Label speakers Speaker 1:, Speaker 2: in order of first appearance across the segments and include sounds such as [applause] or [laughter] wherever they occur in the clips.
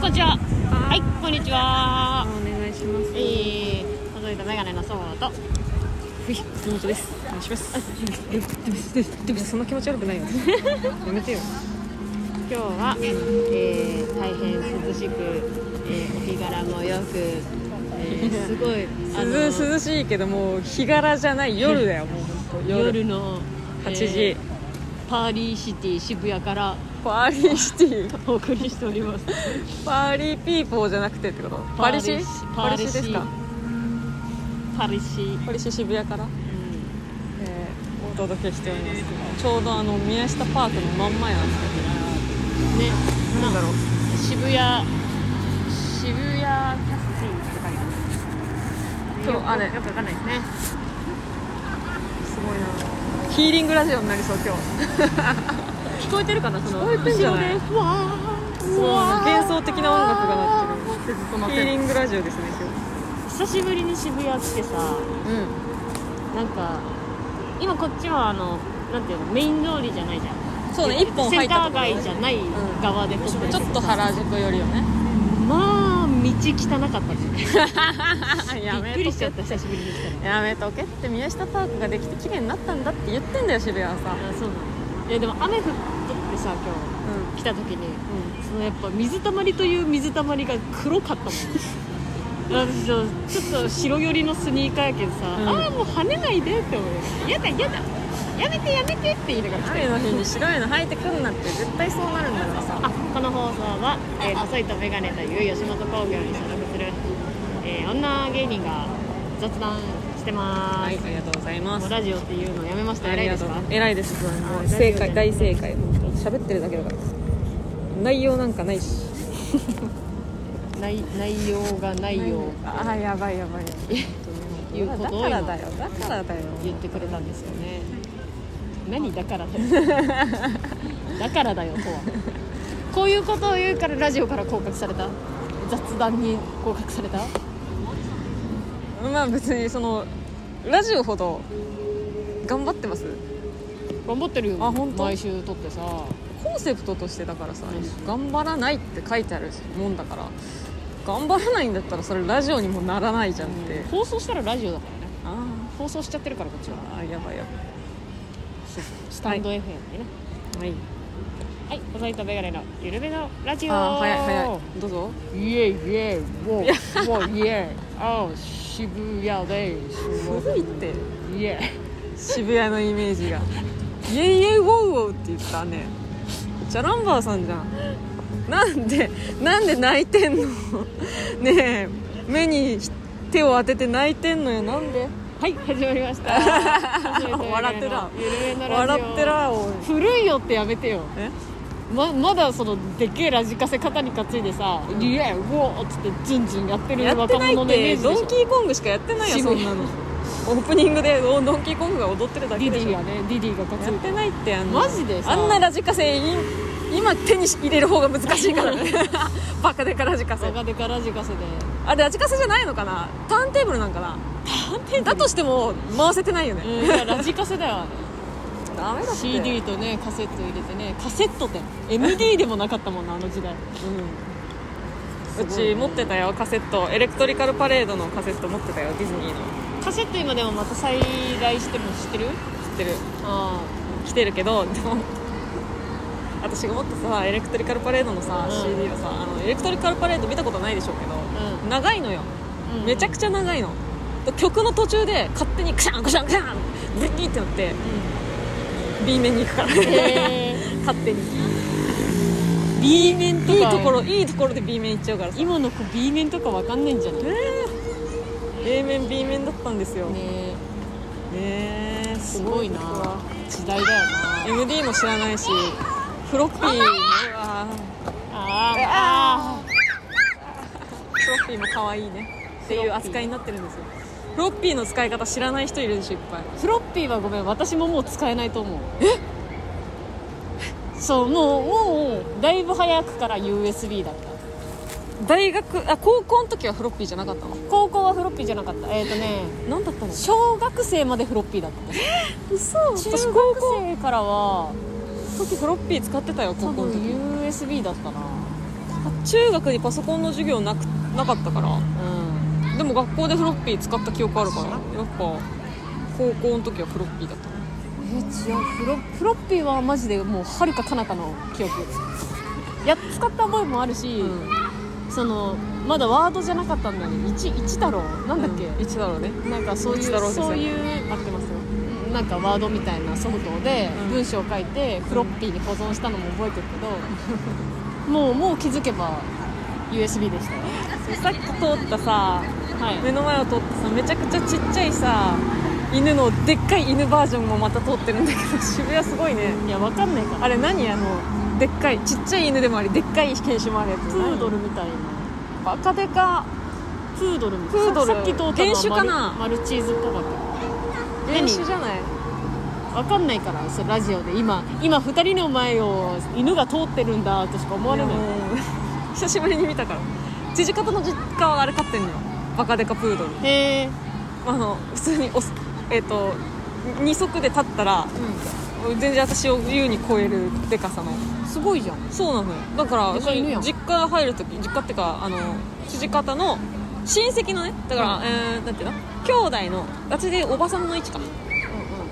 Speaker 1: こんにちは。はい、こんにちは。
Speaker 2: お願いします。
Speaker 1: えー、届いたメガネのソーと。
Speaker 2: ふい、松本です。お願いします。でもそんな気持ち悪くないよ。 [laughs] やめてよ。
Speaker 1: 今日は、えー、大変涼しく、えー、お日柄もよく、えー、すごい、
Speaker 2: [laughs]
Speaker 1: あの
Speaker 2: 涼涼しいけどもう日柄じゃない夜だよもう本当夜
Speaker 1: 夜の
Speaker 2: 8
Speaker 1: え
Speaker 2: 時
Speaker 1: ー。パーリーシティ渋谷から
Speaker 2: パーリーシティ、
Speaker 1: お送りしております。
Speaker 2: パーリーピーポーじゃなくてってこと？パリシ？
Speaker 1: パ
Speaker 2: パ
Speaker 1: ー
Speaker 2: リ
Speaker 1: リ
Speaker 2: シ
Speaker 1: シ
Speaker 2: ですか？
Speaker 1: パーリシ。うん
Speaker 2: パリシ渋谷から、えーお届けしておりますちょうどあの宮下パークの真ん前なんです
Speaker 1: ね、
Speaker 2: けど。なんだろう。
Speaker 1: 渋谷渋谷キャスティングって書いて
Speaker 2: そう
Speaker 1: よく
Speaker 2: あれ
Speaker 1: よくわかんないですね。
Speaker 2: すごいな。ヒーリングラジオになりそう今日。
Speaker 1: 聞こえてるかなその
Speaker 2: [laughs] 聞こえてんじゃない
Speaker 1: 後ろでわー
Speaker 2: そう
Speaker 1: わー
Speaker 2: 幻想的な音楽が鳴ってる。ヒーリングラジオですね
Speaker 1: 久しぶりに渋谷来てさ
Speaker 2: 今日。う
Speaker 1: なんか今こっちはあのなんていうのメイン通りじゃないじゃん
Speaker 2: ん。そうね一本入
Speaker 1: セ
Speaker 2: っ
Speaker 1: ンタ
Speaker 2: た
Speaker 1: ー街じゃない側で撮ってる
Speaker 2: ちょっと原宿よりよね。
Speaker 1: まあ道汚かったですね
Speaker 2: や
Speaker 1: びっ
Speaker 2: め
Speaker 1: くり
Speaker 2: と
Speaker 1: しちゃ
Speaker 2: け
Speaker 1: っ。た久しぶりに来たら
Speaker 2: やめとけって宮下パークができて綺麗になったんだって言ってんだよ渋谷はさ。
Speaker 1: あそうなのいやでも雨降っとってさ今
Speaker 2: うん。
Speaker 1: 日来た時にそのやっぱ水たまりという水たまりが黒かった [laughs] もん私ちょっと白寄りのスニーカーやけどさ、
Speaker 2: うん
Speaker 1: ああもう跳ねないでって思うやだやだやめてやめてって言いながら来て
Speaker 2: 雨の日に白いの履いてくんなって絶対そうなるんだからさ
Speaker 1: あこの放送は、えー、細いとメガネという吉本興業に所属する、えー女芸人が雑談してます、
Speaker 2: はいありがとうございま
Speaker 1: もう
Speaker 2: す
Speaker 1: ラジオっていうのやめました
Speaker 2: あ
Speaker 1: 偉
Speaker 2: り
Speaker 1: いで
Speaker 2: が
Speaker 1: す
Speaker 2: とう
Speaker 1: か
Speaker 2: 偉いですもう
Speaker 1: あ
Speaker 2: 正
Speaker 1: ラジオじゃ
Speaker 2: 解
Speaker 1: ない
Speaker 2: 大正解喋ってるだけだから内容なんかないし
Speaker 1: 内内容がないよ
Speaker 2: あーやばいやばい
Speaker 1: 言うことを
Speaker 2: だ
Speaker 1: 今
Speaker 2: からだよだからだよ
Speaker 1: 言ってくれたんですよね何だからだよ
Speaker 2: [laughs]
Speaker 1: だからだよとはこういうことを言うからラジオから降格された雑談に降格された
Speaker 2: まあ別にそのラジオほど頑張ってます
Speaker 1: 頑張ってるよ
Speaker 2: あ本当
Speaker 1: 毎週撮ってさ
Speaker 2: コンセプトとしてだからさ
Speaker 1: うん
Speaker 2: 頑張らないって書いてあるもんだから頑張らないんだったらそれラジオにもならないじゃんって
Speaker 1: 放送したらラジオだからね
Speaker 2: あ
Speaker 1: 放送しちゃってるからこっちは
Speaker 2: ーあーやばいや
Speaker 1: スタンド FM でね
Speaker 2: ばいはい
Speaker 1: はい「小細とメガネのゆるめのラジオ」
Speaker 2: あー早い早いどうぞ
Speaker 1: イエイイエイウォーウォーイエイあー渋谷です
Speaker 2: 古いって
Speaker 1: イエイ
Speaker 2: 渋谷のイメージが [laughs] 「イエイイエイウォウウォウ」って言ったねじゃランバーさんじゃんなんでなんで泣いてんの [laughs] ねえ目に手を当てて泣いてんのよなんで
Speaker 1: はい始まりました
Speaker 2: [laughs] 笑ってら
Speaker 1: ゆるめのラジオ
Speaker 2: 笑ってらおい
Speaker 1: 古いよってやめてよ
Speaker 2: え
Speaker 1: ままだそのでっけえラジカセ肩に担いでさ「リエウォー」っつってズンズンやってる
Speaker 2: やって
Speaker 1: 若
Speaker 2: ない
Speaker 1: 者
Speaker 2: っ
Speaker 1: のイメー
Speaker 2: て
Speaker 1: ジでし
Speaker 2: ド
Speaker 1: ょ
Speaker 2: ンキーコングしかやってないよそ
Speaker 1: 渋
Speaker 2: ん
Speaker 1: い
Speaker 2: なのオープニングでおドンキーコングが踊ってるだ
Speaker 1: デ
Speaker 2: け
Speaker 1: ィデ
Speaker 2: でし
Speaker 1: ィ
Speaker 2: ょ
Speaker 1: がねディディが担
Speaker 2: やっ
Speaker 1: いで
Speaker 2: てないってあの
Speaker 1: マジでさ
Speaker 2: あんなラジカセい今手に入れる方が難しいから [laughs] ねバカデカラジカセ
Speaker 1: バカデカラジカセで
Speaker 2: あれラジカセじゃないのかなターンテーブルなんかなだとしても回せてないよね、
Speaker 1: うんいやラジカセだよあれ
Speaker 2: ダメだって
Speaker 1: CD とねカセット入れてねカセットって MD でもなかったもんなあの時代
Speaker 2: うん、うち持ってたよカセットエレクトリカルパレードのカセット持ってたよディズニーの
Speaker 1: カセット今でもまた再来しても知ってる
Speaker 2: 知ってる
Speaker 1: あ
Speaker 2: 来てるけどでも私が持ってたさエレクトリカルパレードのさ、
Speaker 1: うん
Speaker 2: CD はさあのエレクトリカルパレード見たことないでしょうけど、
Speaker 1: うん
Speaker 2: 長いのよ
Speaker 1: あ、うん
Speaker 2: めちゃくちゃ長いので曲の途中で勝手にクシャンクシャンクシャンブリーってなって
Speaker 1: う
Speaker 2: B 面に行くから、 [laughs]
Speaker 1: んへー
Speaker 2: 勝手に
Speaker 1: B 面とか
Speaker 2: いいところいいところで B 面行っちゃうからさ
Speaker 1: 今の子 B 面とかわかんないんじゃないね
Speaker 2: A 面 B 面だったんですよね
Speaker 1: え
Speaker 2: え
Speaker 1: す
Speaker 2: す
Speaker 1: ご
Speaker 2: ご
Speaker 1: い
Speaker 2: い
Speaker 1: な
Speaker 2: な
Speaker 1: 時代だよな
Speaker 2: MD も知らないしフロッピーうわ
Speaker 1: あー
Speaker 2: フロッピーも可愛いねっていう扱いになってるんですよフロッピーの使い方知らない人いるでしょいっぱい
Speaker 1: あーフロッピーはごめん私ももう使えないと思うえそうもうもうだいぶ早くから USB だった
Speaker 2: 大学あ高校の時はフロッピーじゃなかったの
Speaker 1: 高校はフロッピーじゃなかったえっ、ー、とね
Speaker 2: 何だったの
Speaker 1: 小学生までフロッピーだった
Speaker 2: 嘘
Speaker 1: 中
Speaker 2: 私高
Speaker 1: 学
Speaker 2: 校
Speaker 1: 生からは
Speaker 2: の時フロッピー使ってたよ
Speaker 1: 多
Speaker 2: 高校
Speaker 1: 分
Speaker 2: の時
Speaker 1: USB だったな
Speaker 2: 中学にパソコンの授業なくなかったから
Speaker 1: うん
Speaker 2: でも学校でフロッピー使った記憶あるからやっぱ高校の時はフロッピーだった
Speaker 1: え違うフロフロッピーはマジでもうはるか彼方の記憶やっ使った覚えもあるし、そのまだワードじゃなかったんだよね一一太郎なんだっけ、
Speaker 2: うんいつだろうね
Speaker 1: なんかそうい
Speaker 2: 一太郎
Speaker 1: う
Speaker 2: 先生
Speaker 1: そういう合ってますよなんかワードみたいなソフトで
Speaker 2: うん
Speaker 1: 文章を書いてフロッピーに保存したのも覚えてるけ
Speaker 2: [laughs]
Speaker 1: ど、もうもう気づけば USB でしたよ
Speaker 2: さっき通ったさ
Speaker 1: はい
Speaker 2: 目の前を通ってさめちゃくちゃちっちゃいさ犬のでっかい犬バージョンもまた通ってるんだけど [laughs] 渋谷すごいね
Speaker 1: いやわかんないから
Speaker 2: あれ何あのでっかいちっちゃい犬でもありでっかい犬種もあるやつ
Speaker 1: プードルみたいな
Speaker 2: バカでか
Speaker 1: プードルみ
Speaker 2: プードル
Speaker 1: ささっき通ったの
Speaker 2: 原種かな
Speaker 1: はマルマルチーズっぽかった
Speaker 2: 原種じゃない
Speaker 1: わかんないからそうラジオで今今2人の前を犬が通ってるんだとしか思われない
Speaker 2: いやもう [laughs] 久しぶりに見たから父方の実家はあれ飼ってんのよバカでかプードル
Speaker 1: へえ、
Speaker 2: あの普通におすえっ、と二足で立ったら全然私を優に超えるでかさの
Speaker 1: すごいじゃん
Speaker 2: そうなのよだから
Speaker 1: でかい犬やん
Speaker 2: 実家入るとき実家ってかあの父方の親戚のねだから、
Speaker 1: うん
Speaker 2: えー、なんていうの兄弟の私でおばさんの位置か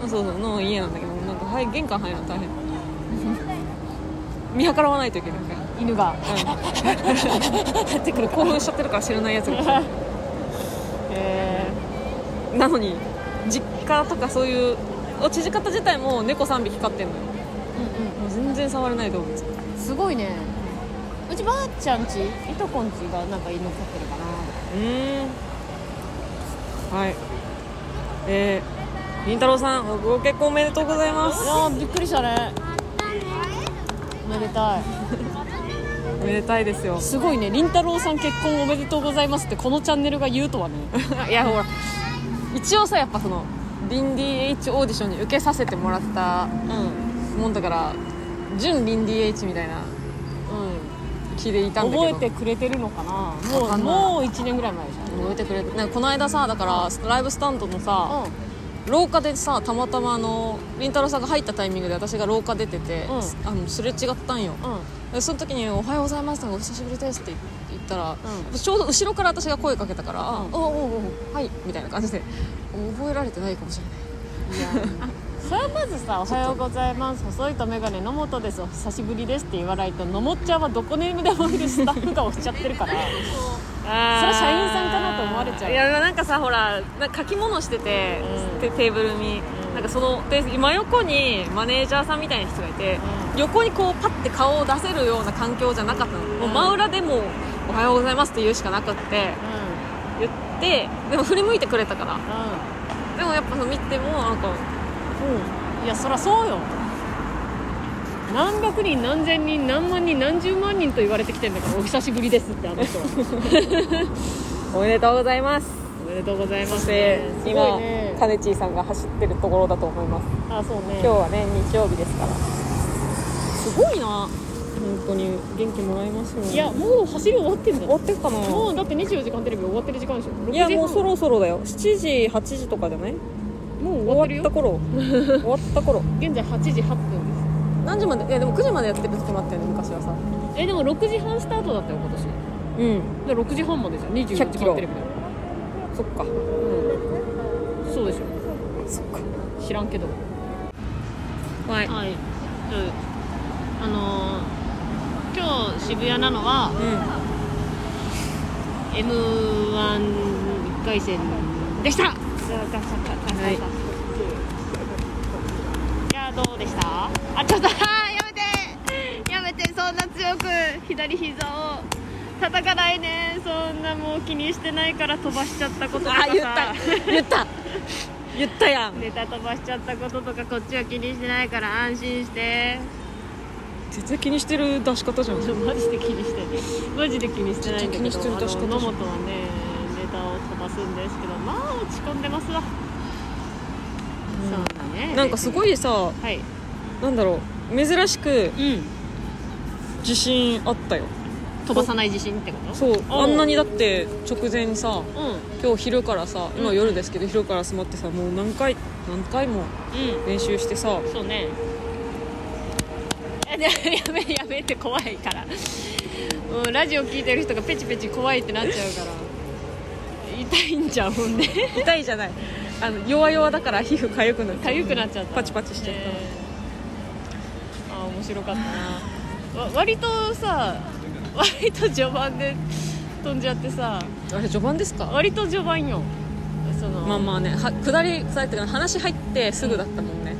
Speaker 2: そうそうの家なんだけどなんかはい玄関入るの大変見計らわないといけないから
Speaker 1: 犬が
Speaker 2: うん、ってくる興奮しちゃってるから知らないやつが
Speaker 1: え
Speaker 2: なのに実家とかそういうお父方自体も猫3匹飼ってんのよ
Speaker 1: ーうん
Speaker 2: もう全然触れない動物
Speaker 1: うん、すごいねうちばあちゃんちいとこんちがなんか犬飼ってるかな
Speaker 2: うんはいえー、りんたろうさんご結婚おめでとうございます
Speaker 1: あーびっくりしたねおめでたい
Speaker 2: おめでたいですよ
Speaker 1: すごいねりんたろーさん結婚おめでとうございますってこのチャンネルが言うとはね
Speaker 2: [laughs] いやほら一応さやっぱそのリン DH オーディションに受けさせてもらった
Speaker 1: うん
Speaker 2: もんだから準リン DH みたいな気でいたんだけど
Speaker 1: 覚えてくれてるのかなも
Speaker 2: わか
Speaker 1: うん
Speaker 2: ない
Speaker 1: もう1年ぐらい前じ
Speaker 2: 覚えてくれてなんかこの間さだからライブスタンドの
Speaker 1: ゃん
Speaker 2: さ、
Speaker 1: うん
Speaker 2: 廊下でさたまたまあのりんたろーさんが入ったタイミングで私が廊下出てて、
Speaker 1: うん
Speaker 2: すあのすれ違ったんよ
Speaker 1: うん
Speaker 2: でその時に「おはようございます」とか「お久しぶりです」って言ったら、
Speaker 1: う
Speaker 2: ちょうど後ろから私が声かけたから「あ
Speaker 1: うん
Speaker 2: おおおおはい」みたいな感じで覚えられてないかもしれな
Speaker 1: い
Speaker 2: い
Speaker 1: やそれはまずさ「おはようございます細いと眼鏡野本ですお久しぶりです」って言わないと野本ちゃんはどこにでもいるスタッフが押しちゃってるから
Speaker 2: それは
Speaker 1: それ社員さんかなと思われちゃう
Speaker 2: いやなんかさほらなんか書き物してて、
Speaker 1: うん
Speaker 2: てテーブルに、
Speaker 1: うん
Speaker 2: なんかそので真横にマネージャーさんみたいな人がいて、
Speaker 1: うん
Speaker 2: 横にこうパッて顔を出せるような環境じゃなかったの、もう真裏でもう「おはようございます」って言うしかなくって
Speaker 1: う
Speaker 2: 言ってでも振り向いてくれたからでもやっぱその見てもなんか
Speaker 1: んうんいやそりゃそうよ何百人何千人何万人何十万人と言われてきてんだからお久しぶりですってあの
Speaker 2: [laughs]
Speaker 1: 人は
Speaker 2: 「おめでとうございます
Speaker 1: おめでとうござい」ま
Speaker 2: そし
Speaker 1: す
Speaker 2: て
Speaker 1: ねす
Speaker 2: 今
Speaker 1: ごいね
Speaker 2: かねちーさんが走ってるところだと思います
Speaker 1: あそうね
Speaker 2: 今日はね日曜日ですからすごいな本当に元気もらいますよね
Speaker 1: いやもう走り終わってんだ
Speaker 2: 終
Speaker 1: よ
Speaker 2: わってるかな
Speaker 1: もうだって24時間テレビ終わってる時間でしょ6
Speaker 2: い
Speaker 1: 時半
Speaker 2: やもうそろそろだよ7時8時とかじゃない
Speaker 1: もう終わってる
Speaker 2: 終
Speaker 1: よ
Speaker 2: わった頃 [laughs] 終わった頃
Speaker 1: 現在8時8分です
Speaker 2: 何時までいやでも9時までやってる時もあったよね昔はさ
Speaker 1: えでも6時半スタートだったよ今年
Speaker 2: うん
Speaker 1: で6時半までじゃん24時間
Speaker 2: 100キロ
Speaker 1: テレビだよ、
Speaker 2: そっか
Speaker 1: うん、そうでしょ
Speaker 2: そっか
Speaker 1: 知らんけどは
Speaker 2: はい
Speaker 1: いあのー、今日渋谷なのは
Speaker 2: うん
Speaker 1: m 1 1回戦でした
Speaker 2: い
Speaker 1: いやどうでしたあちょっと
Speaker 3: あー [laughs] やめてやめてそんな強く左膝を叩かないねそんなもう気にしてないから飛ばしちゃったこととか
Speaker 2: あ
Speaker 3: さ
Speaker 2: 言った言った言ったやん
Speaker 3: ネタ飛ばしちゃったこととかこっちは気にしてないから安心して
Speaker 2: 絶対気にしてる出し方じゃん
Speaker 1: ちょマジで気にしてマジで気にしてないんだけど
Speaker 2: ちょっと気にしてる
Speaker 1: あの野
Speaker 2: 確か
Speaker 1: 本
Speaker 2: に
Speaker 1: はねネタを飛ばすんですけどまあ落ち込んでますわ、そうだね
Speaker 2: なんかすごいさ
Speaker 1: はい
Speaker 2: なんだろう珍しく
Speaker 1: うん
Speaker 2: 自信あったよ
Speaker 1: 飛ばさない自信ってこと
Speaker 2: そう
Speaker 1: おう
Speaker 2: あんなにだって直前にさ
Speaker 1: うんうん
Speaker 2: 今日昼からさ今夜ですけど、昼から集まってさもう何回何回も練習してさ
Speaker 1: そうねややめやめって怖いからうんラジオ聞いてる人がペチペチ怖いってなっちゃうから痛いんじゃんほんで
Speaker 2: 痛いじゃないあの弱々だから皮膚痒くなっちゃう
Speaker 1: 痒くなっちゃった
Speaker 2: パチパチしちゃった、
Speaker 1: ねえあー面白かったなわ割とさ割と序盤で飛んじゃってさ
Speaker 2: あれ序盤ですか
Speaker 1: 割と序盤よその
Speaker 2: まあ
Speaker 1: あ、
Speaker 2: まあねは下り下りっていうか話入ってすぐだったもんね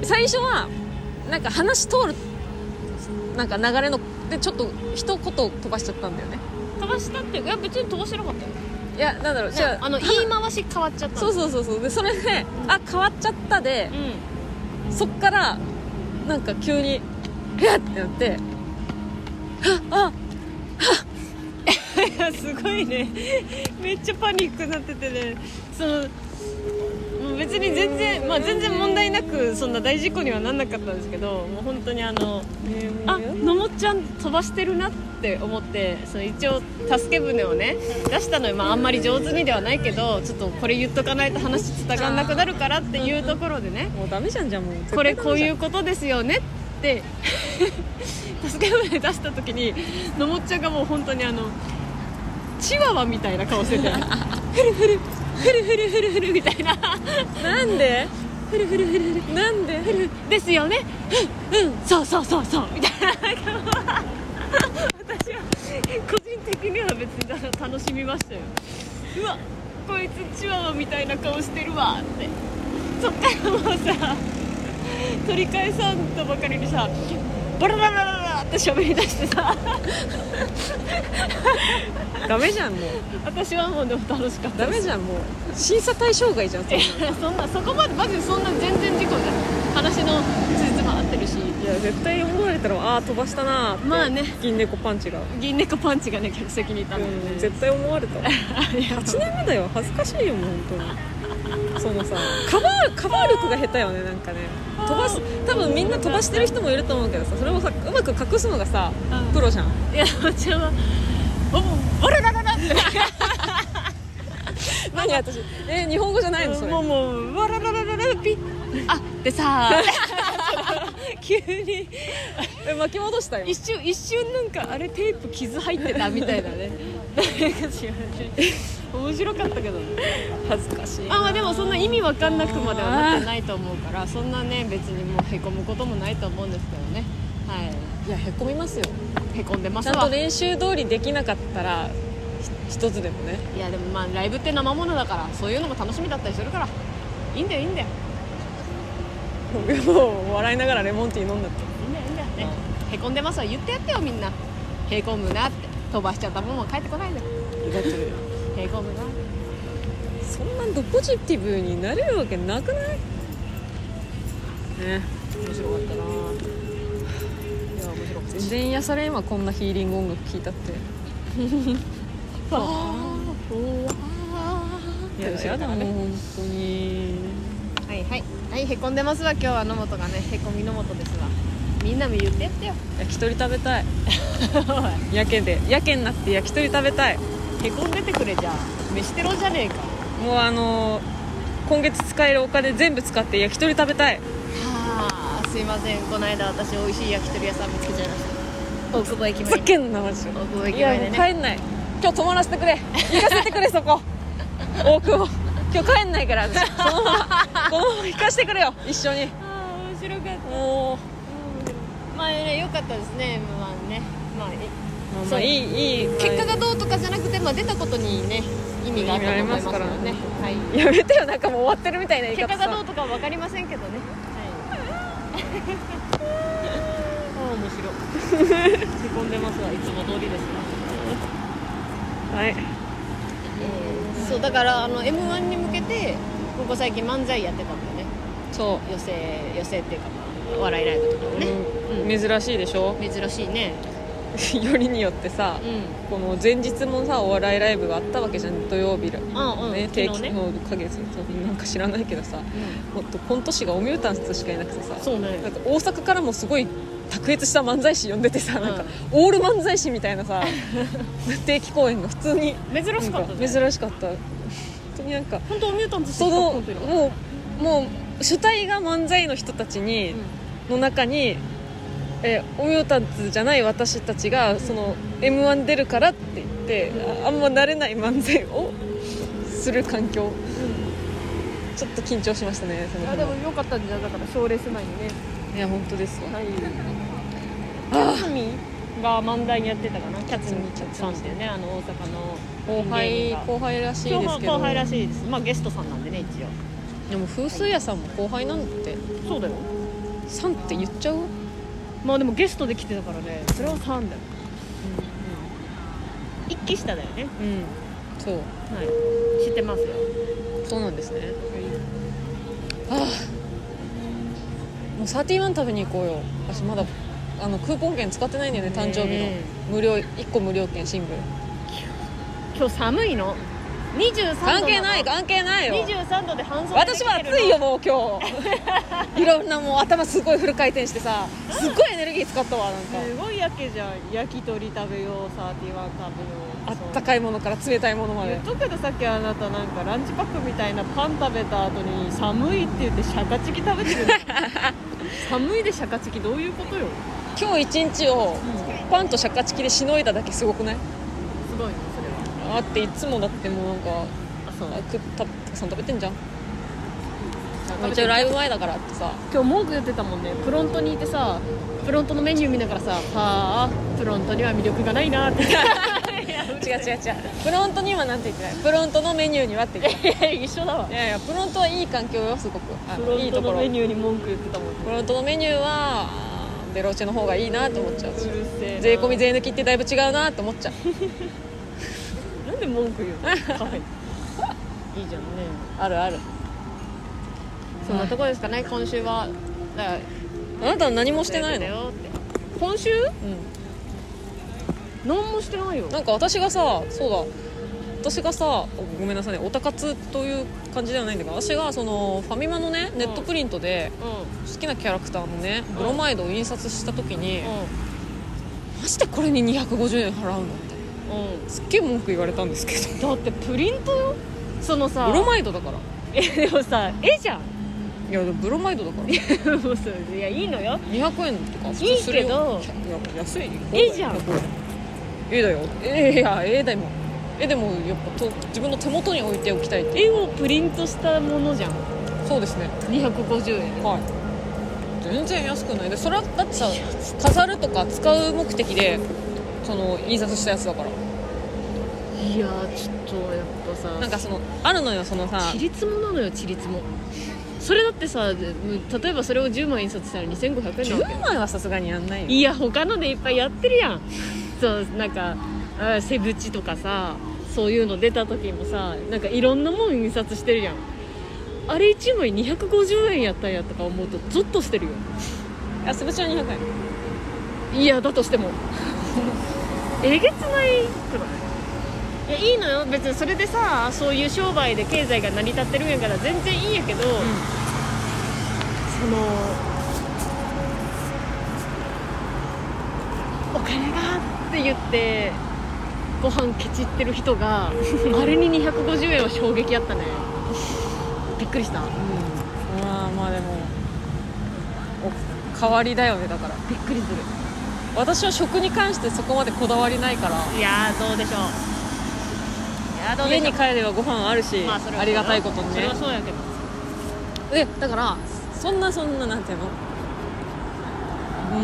Speaker 1: うん
Speaker 2: 最初はなんか話通るなんか流れのでちょっと一言飛ばしちゃったんだよね
Speaker 1: 飛ばしたっていうかいや別に飛ばしてなかったよ
Speaker 2: いやなんだろうじ
Speaker 1: じ
Speaker 2: ゃ
Speaker 1: ゃあ
Speaker 2: あ
Speaker 1: あの言い回し変わっちゃったの
Speaker 2: そうそうそうそうでそれで「あ変わっちゃったで」
Speaker 1: うん
Speaker 2: そっからなんか急に「えっ!」ってなって
Speaker 1: いや [laughs] すごいねめっちゃパニックになっててねそのもう別に全然、まあ、全然問題なくそんな大事故にはなんなかったんですけどもう本当にあのあのもちゃん飛ばしてるなって思ってその一応助け舟をね出したのよ、まあ、あんまり上手にではないけどちょっとこれ言っとかないと話つながんなくなるからっていうところでね
Speaker 2: もうダメじゃんじゃあもう
Speaker 1: これこういううことですよねって [laughs] 助け舟出した時にのもっちゃんがもう本当にあのチワワみたいな顔しててフルフルフルフルフルフルみたいな
Speaker 2: なんでふるふるふるふるなんでふる
Speaker 1: ですよねうんうんそうそうそうそうみたいな私は個人的には別にあの楽しみましたようわこいつチワワみたいな顔してるわってそっからもうさ取り返さんとばかりにさバラバラバラバラって喋り出してさ
Speaker 2: ダメじゃんもう
Speaker 1: 私はもうでも楽しかった
Speaker 2: ダ
Speaker 1: です
Speaker 2: メじゃんもう審査対象外じゃんそんなの
Speaker 1: いやそんなそこまでマジでそんな全然事故じゃん話のつじつま合ってるし
Speaker 2: いや絶対思われたらああ飛ばしたなーって
Speaker 1: まあね
Speaker 2: 銀猫パンチが、
Speaker 1: 銀猫パンチがね客席にいたので、
Speaker 2: うん、
Speaker 1: ね、
Speaker 2: 絶対思われたわ8年目だよ恥ずかしいよもう本当にそのさカバーカバー力が下手よねなんかね飛ばす多分みんな飛ばしてる人もいると思うけどさそれをさうまく隠すのがさ
Speaker 1: うん
Speaker 2: プロじゃん
Speaker 1: いやお茶は「おあらららら」って
Speaker 2: 何私え日本語じゃないのそれ
Speaker 1: もうもう「わらららららピッ」あでさ急に
Speaker 2: え巻き戻したよ
Speaker 1: 一瞬一瞬なんかあれテープ傷入ってたみたいなねなんか違う面白かったけどね
Speaker 2: 恥ずかしい
Speaker 1: あまあでもそんな意味わかんなくまではなってないと思うからそんなね別にもうへこむこともないと思うんですけどねはい
Speaker 2: やへこみますよ
Speaker 1: いへこんでま
Speaker 2: ち
Speaker 1: す
Speaker 2: ゃん
Speaker 1: わ
Speaker 2: と練習通りできなかったらひ一つでもね
Speaker 1: いやでもまあライブって生ものだからそういうのも楽しみだったりするからいいんだよいいんだよ
Speaker 2: [laughs] もう笑いながらレモンティー飲んだって
Speaker 1: いいんだよいいんだよねへこんでますわ言ってやってよみんなへこむなって飛ばしちゃったもんも帰ってこないで
Speaker 2: だって
Speaker 1: へこむな
Speaker 2: そんなにドポジティブになれるわけなくないね
Speaker 1: 面白かったなぁいや面白かった
Speaker 2: 全然癒されんわこんなヒーリング音楽聴いたって
Speaker 1: いや
Speaker 2: やだもう本当に
Speaker 1: はいはいはいへこんでますわ今日は野本がねへこみ野本ですわみんなも言ってやってよ
Speaker 2: 焼き鳥食べたいやけでやけになって焼き鳥食べたい
Speaker 1: へこんでてくれじゃあ飯テロじゃねえか
Speaker 2: もうあのー今月使えるお金全部使って焼き鳥食べたい
Speaker 1: はあすいませんこの間私美味しい焼き鳥屋さん見つけちゃいました大久保駅
Speaker 2: ふざ
Speaker 1: 前に
Speaker 2: けんなマジ
Speaker 1: [laughs]
Speaker 2: で
Speaker 1: 大久保
Speaker 2: い
Speaker 1: 駅
Speaker 2: や
Speaker 1: 前
Speaker 2: も
Speaker 1: で
Speaker 2: う
Speaker 1: ね
Speaker 2: 帰んない今日泊まらせてくれ行かせてくれそ [laughs] こ大久保今日帰んないから [laughs] 私このままこのまま行かせてくれよ一緒に
Speaker 1: ああ面白かった
Speaker 2: もう
Speaker 1: まあね良かったですね m 1ねまあい
Speaker 2: まあま
Speaker 1: そう
Speaker 2: あいいいい
Speaker 1: 結果
Speaker 2: が
Speaker 1: がどうとかじゃなくて、まあ、出たことにね意味があったと思いますからね
Speaker 2: 意味ありま
Speaker 1: はい、
Speaker 2: やめてよなんかもう終わってるみたいな言い
Speaker 1: 結
Speaker 2: 方
Speaker 1: 果
Speaker 2: さ
Speaker 1: がどうとかは分かりませんけどねはいあ面白いへこんでますわいつも通りですわ
Speaker 2: はい
Speaker 1: そうだからあの m 1に向けてここ最近漫才やってたんだよね
Speaker 2: そ
Speaker 1: 寄せ寄せっていうかまあお笑いライブとかも
Speaker 2: う、
Speaker 1: ね、
Speaker 2: うん珍しいでしょ [laughs]
Speaker 1: 珍しいね
Speaker 2: よりによってさ、
Speaker 1: う
Speaker 2: この前日もさお笑いライブがあったわけじゃん土曜日ら、
Speaker 1: んうんうん
Speaker 2: ね
Speaker 1: 昨
Speaker 2: 定
Speaker 1: 日
Speaker 2: 期
Speaker 1: ね
Speaker 2: のか月そうなんか知らないけどさもっとコント師がおミュータンスしかいなくてさ
Speaker 1: そうね
Speaker 2: なんか大阪からもすごい卓越した漫才師呼んでてさ、なんかオール漫才師みたい
Speaker 1: [laughs]
Speaker 2: なさ定期公演が普通に
Speaker 1: 珍しかった
Speaker 2: なん
Speaker 1: ね
Speaker 2: 珍しかった本当になんか
Speaker 1: 本当ミュータントして
Speaker 2: そ
Speaker 1: きた
Speaker 2: の
Speaker 1: 本当に
Speaker 2: もうもう主体が漫才の人たちに、の中にえオミオタツじゃない私たちがその m 1出るからって言ってああんま慣れない漫才をする環境ちょっと緊張しましたねその
Speaker 1: あ
Speaker 2: 日
Speaker 1: でも
Speaker 2: は
Speaker 1: よかったんじゃんだから賞レース前にね
Speaker 2: いや本当ですわ
Speaker 1: はいキャツミが漫才やってたかなキャツミさんっていうねあの大阪の
Speaker 2: 後輩後輩らしいですけど
Speaker 1: 後輩らしいですまあゲストさんなんでね一応
Speaker 2: でも風水屋さんも後輩なんて
Speaker 1: そうだよ
Speaker 2: 「さん」って言っちゃう
Speaker 1: まあでもゲストで来てたからねそれは3だよ一期下だよね
Speaker 2: うん、うん、そう
Speaker 1: はい知ってますよ
Speaker 2: そうなんですねああもうサーティワン食べに行こうよ私まだあのクーポン券使ってないんだよね誕生日の
Speaker 1: ね
Speaker 2: 無料1個無料券シングル
Speaker 1: 今日寒いの23度
Speaker 2: 関係ない関係ないよ
Speaker 1: 23度で半袖で来
Speaker 2: 私
Speaker 1: てる
Speaker 2: は暑いよもう今日いろんなもう頭すごいフル回転してさすっごいエネルギー使ったわなんか
Speaker 1: すごいやけじゃん焼き鳥食べようサーティワン食べよう
Speaker 2: あったかいものから冷たいものまで
Speaker 1: 言っとくけどさっきあなたなんかランチパックみたいなパン食べた後に寒いって言ってシャカチキ食べてるの寒いでシャカチキどういうことよ
Speaker 2: 今日一日をパンとシャカチキでしのいだだけすごくない
Speaker 1: すごいねそれは
Speaker 2: あっていつもだってもうなんか
Speaker 1: あそう
Speaker 2: あくたたくさん食べてんじゃん
Speaker 1: 食べ
Speaker 2: め
Speaker 1: て
Speaker 2: っちゃライブ前だからってさ
Speaker 1: 今日文句言ってたもんねプロントにいてさプロントのメニュー見ながらさ「はあプロントには魅力がないな」って
Speaker 2: 違う違う違うプロントにはなんて言ってないプロントのメニューにはって言ってない
Speaker 1: 一緒だわ
Speaker 2: いやいやプロントはいい環境よすごくあ
Speaker 1: プロ
Speaker 2: いい
Speaker 1: ント
Speaker 2: とこ
Speaker 1: の
Speaker 2: ろ
Speaker 1: メニューに文句言ってたもんね
Speaker 2: プロントのメニューはあーベローチェの方がいいなと思っちゃう
Speaker 1: うるせえな
Speaker 2: 税込み税抜きってだいぶ違うなと思っちゃう
Speaker 1: なんで文句言うのはいいいじゃんね
Speaker 2: あるある
Speaker 1: そんなとこですかね今週はだから
Speaker 2: あなたは何もしてない
Speaker 1: だ
Speaker 2: の、
Speaker 1: よって今週
Speaker 2: う
Speaker 1: 何もしてないよ
Speaker 2: ん、なんか私がさそうだ私がさごめんなさいねオタ活という感じではないんだけど私がそのファミマのねネットプリントで
Speaker 1: う
Speaker 2: 好きなキャラクターのね
Speaker 1: ん
Speaker 2: ブロマイドを印刷した時に、
Speaker 1: ん
Speaker 2: マジでこれに250円払うのみたい
Speaker 1: うんうん
Speaker 2: なすっげえ文句言われたんですけど
Speaker 1: だってプリントよそのさ
Speaker 2: ブロマイドだから
Speaker 1: [laughs] えでもさ絵じゃん [laughs]
Speaker 2: いやでもブロマイドだから
Speaker 1: もうそれいやいいのよ
Speaker 2: 200円とか普通するよ
Speaker 1: いいけど
Speaker 2: いや安い
Speaker 1: いいじゃん
Speaker 2: ええだよええいやええだよえでもやっぱと自分の手元に置いておきたいって
Speaker 1: 絵をプリントしたものじゃん
Speaker 2: そうですね
Speaker 1: 250円
Speaker 2: はい全然安くないでそれはだってさ飾るとか使う目的でその印刷したやつだから
Speaker 1: いやーちょっとやっぱさ
Speaker 2: なんかそのあるのよそのさ
Speaker 1: ちりつもなのよちりつもそれだってさ例えばそれを10枚印刷したら2500円なわけ
Speaker 2: 10枚はさすがにやんないよ
Speaker 1: いや他のでいっぱいやってるやんそうなんかあセブチとかさそういうの出た時もさなんかいろんなもん印刷してるやんあれ1枚250円やったんやとか思うとゾッとしてるよ
Speaker 2: あすぶちは200円
Speaker 1: いやだとしてもえげつないくないいやいいのよ別にそれでさそういう商売で経済が成り立ってるんやから全然いいんやけど、そのお金がって言ってご飯ケチってる人があれに250円は衝撃やったねびっくりした
Speaker 2: うんまあまあでもお代わりだよねだから
Speaker 1: びっくりする
Speaker 2: 私は食に関してそこまでこだわりないから
Speaker 1: いやーどうでしょういやーどうで
Speaker 2: 家
Speaker 1: しょ
Speaker 2: に
Speaker 1: う
Speaker 2: 帰ればご飯あるし、
Speaker 1: まあそれは
Speaker 2: ありがたいことに
Speaker 1: それ
Speaker 2: ね
Speaker 1: はそうやけど
Speaker 2: でだからそんなそんななんていうの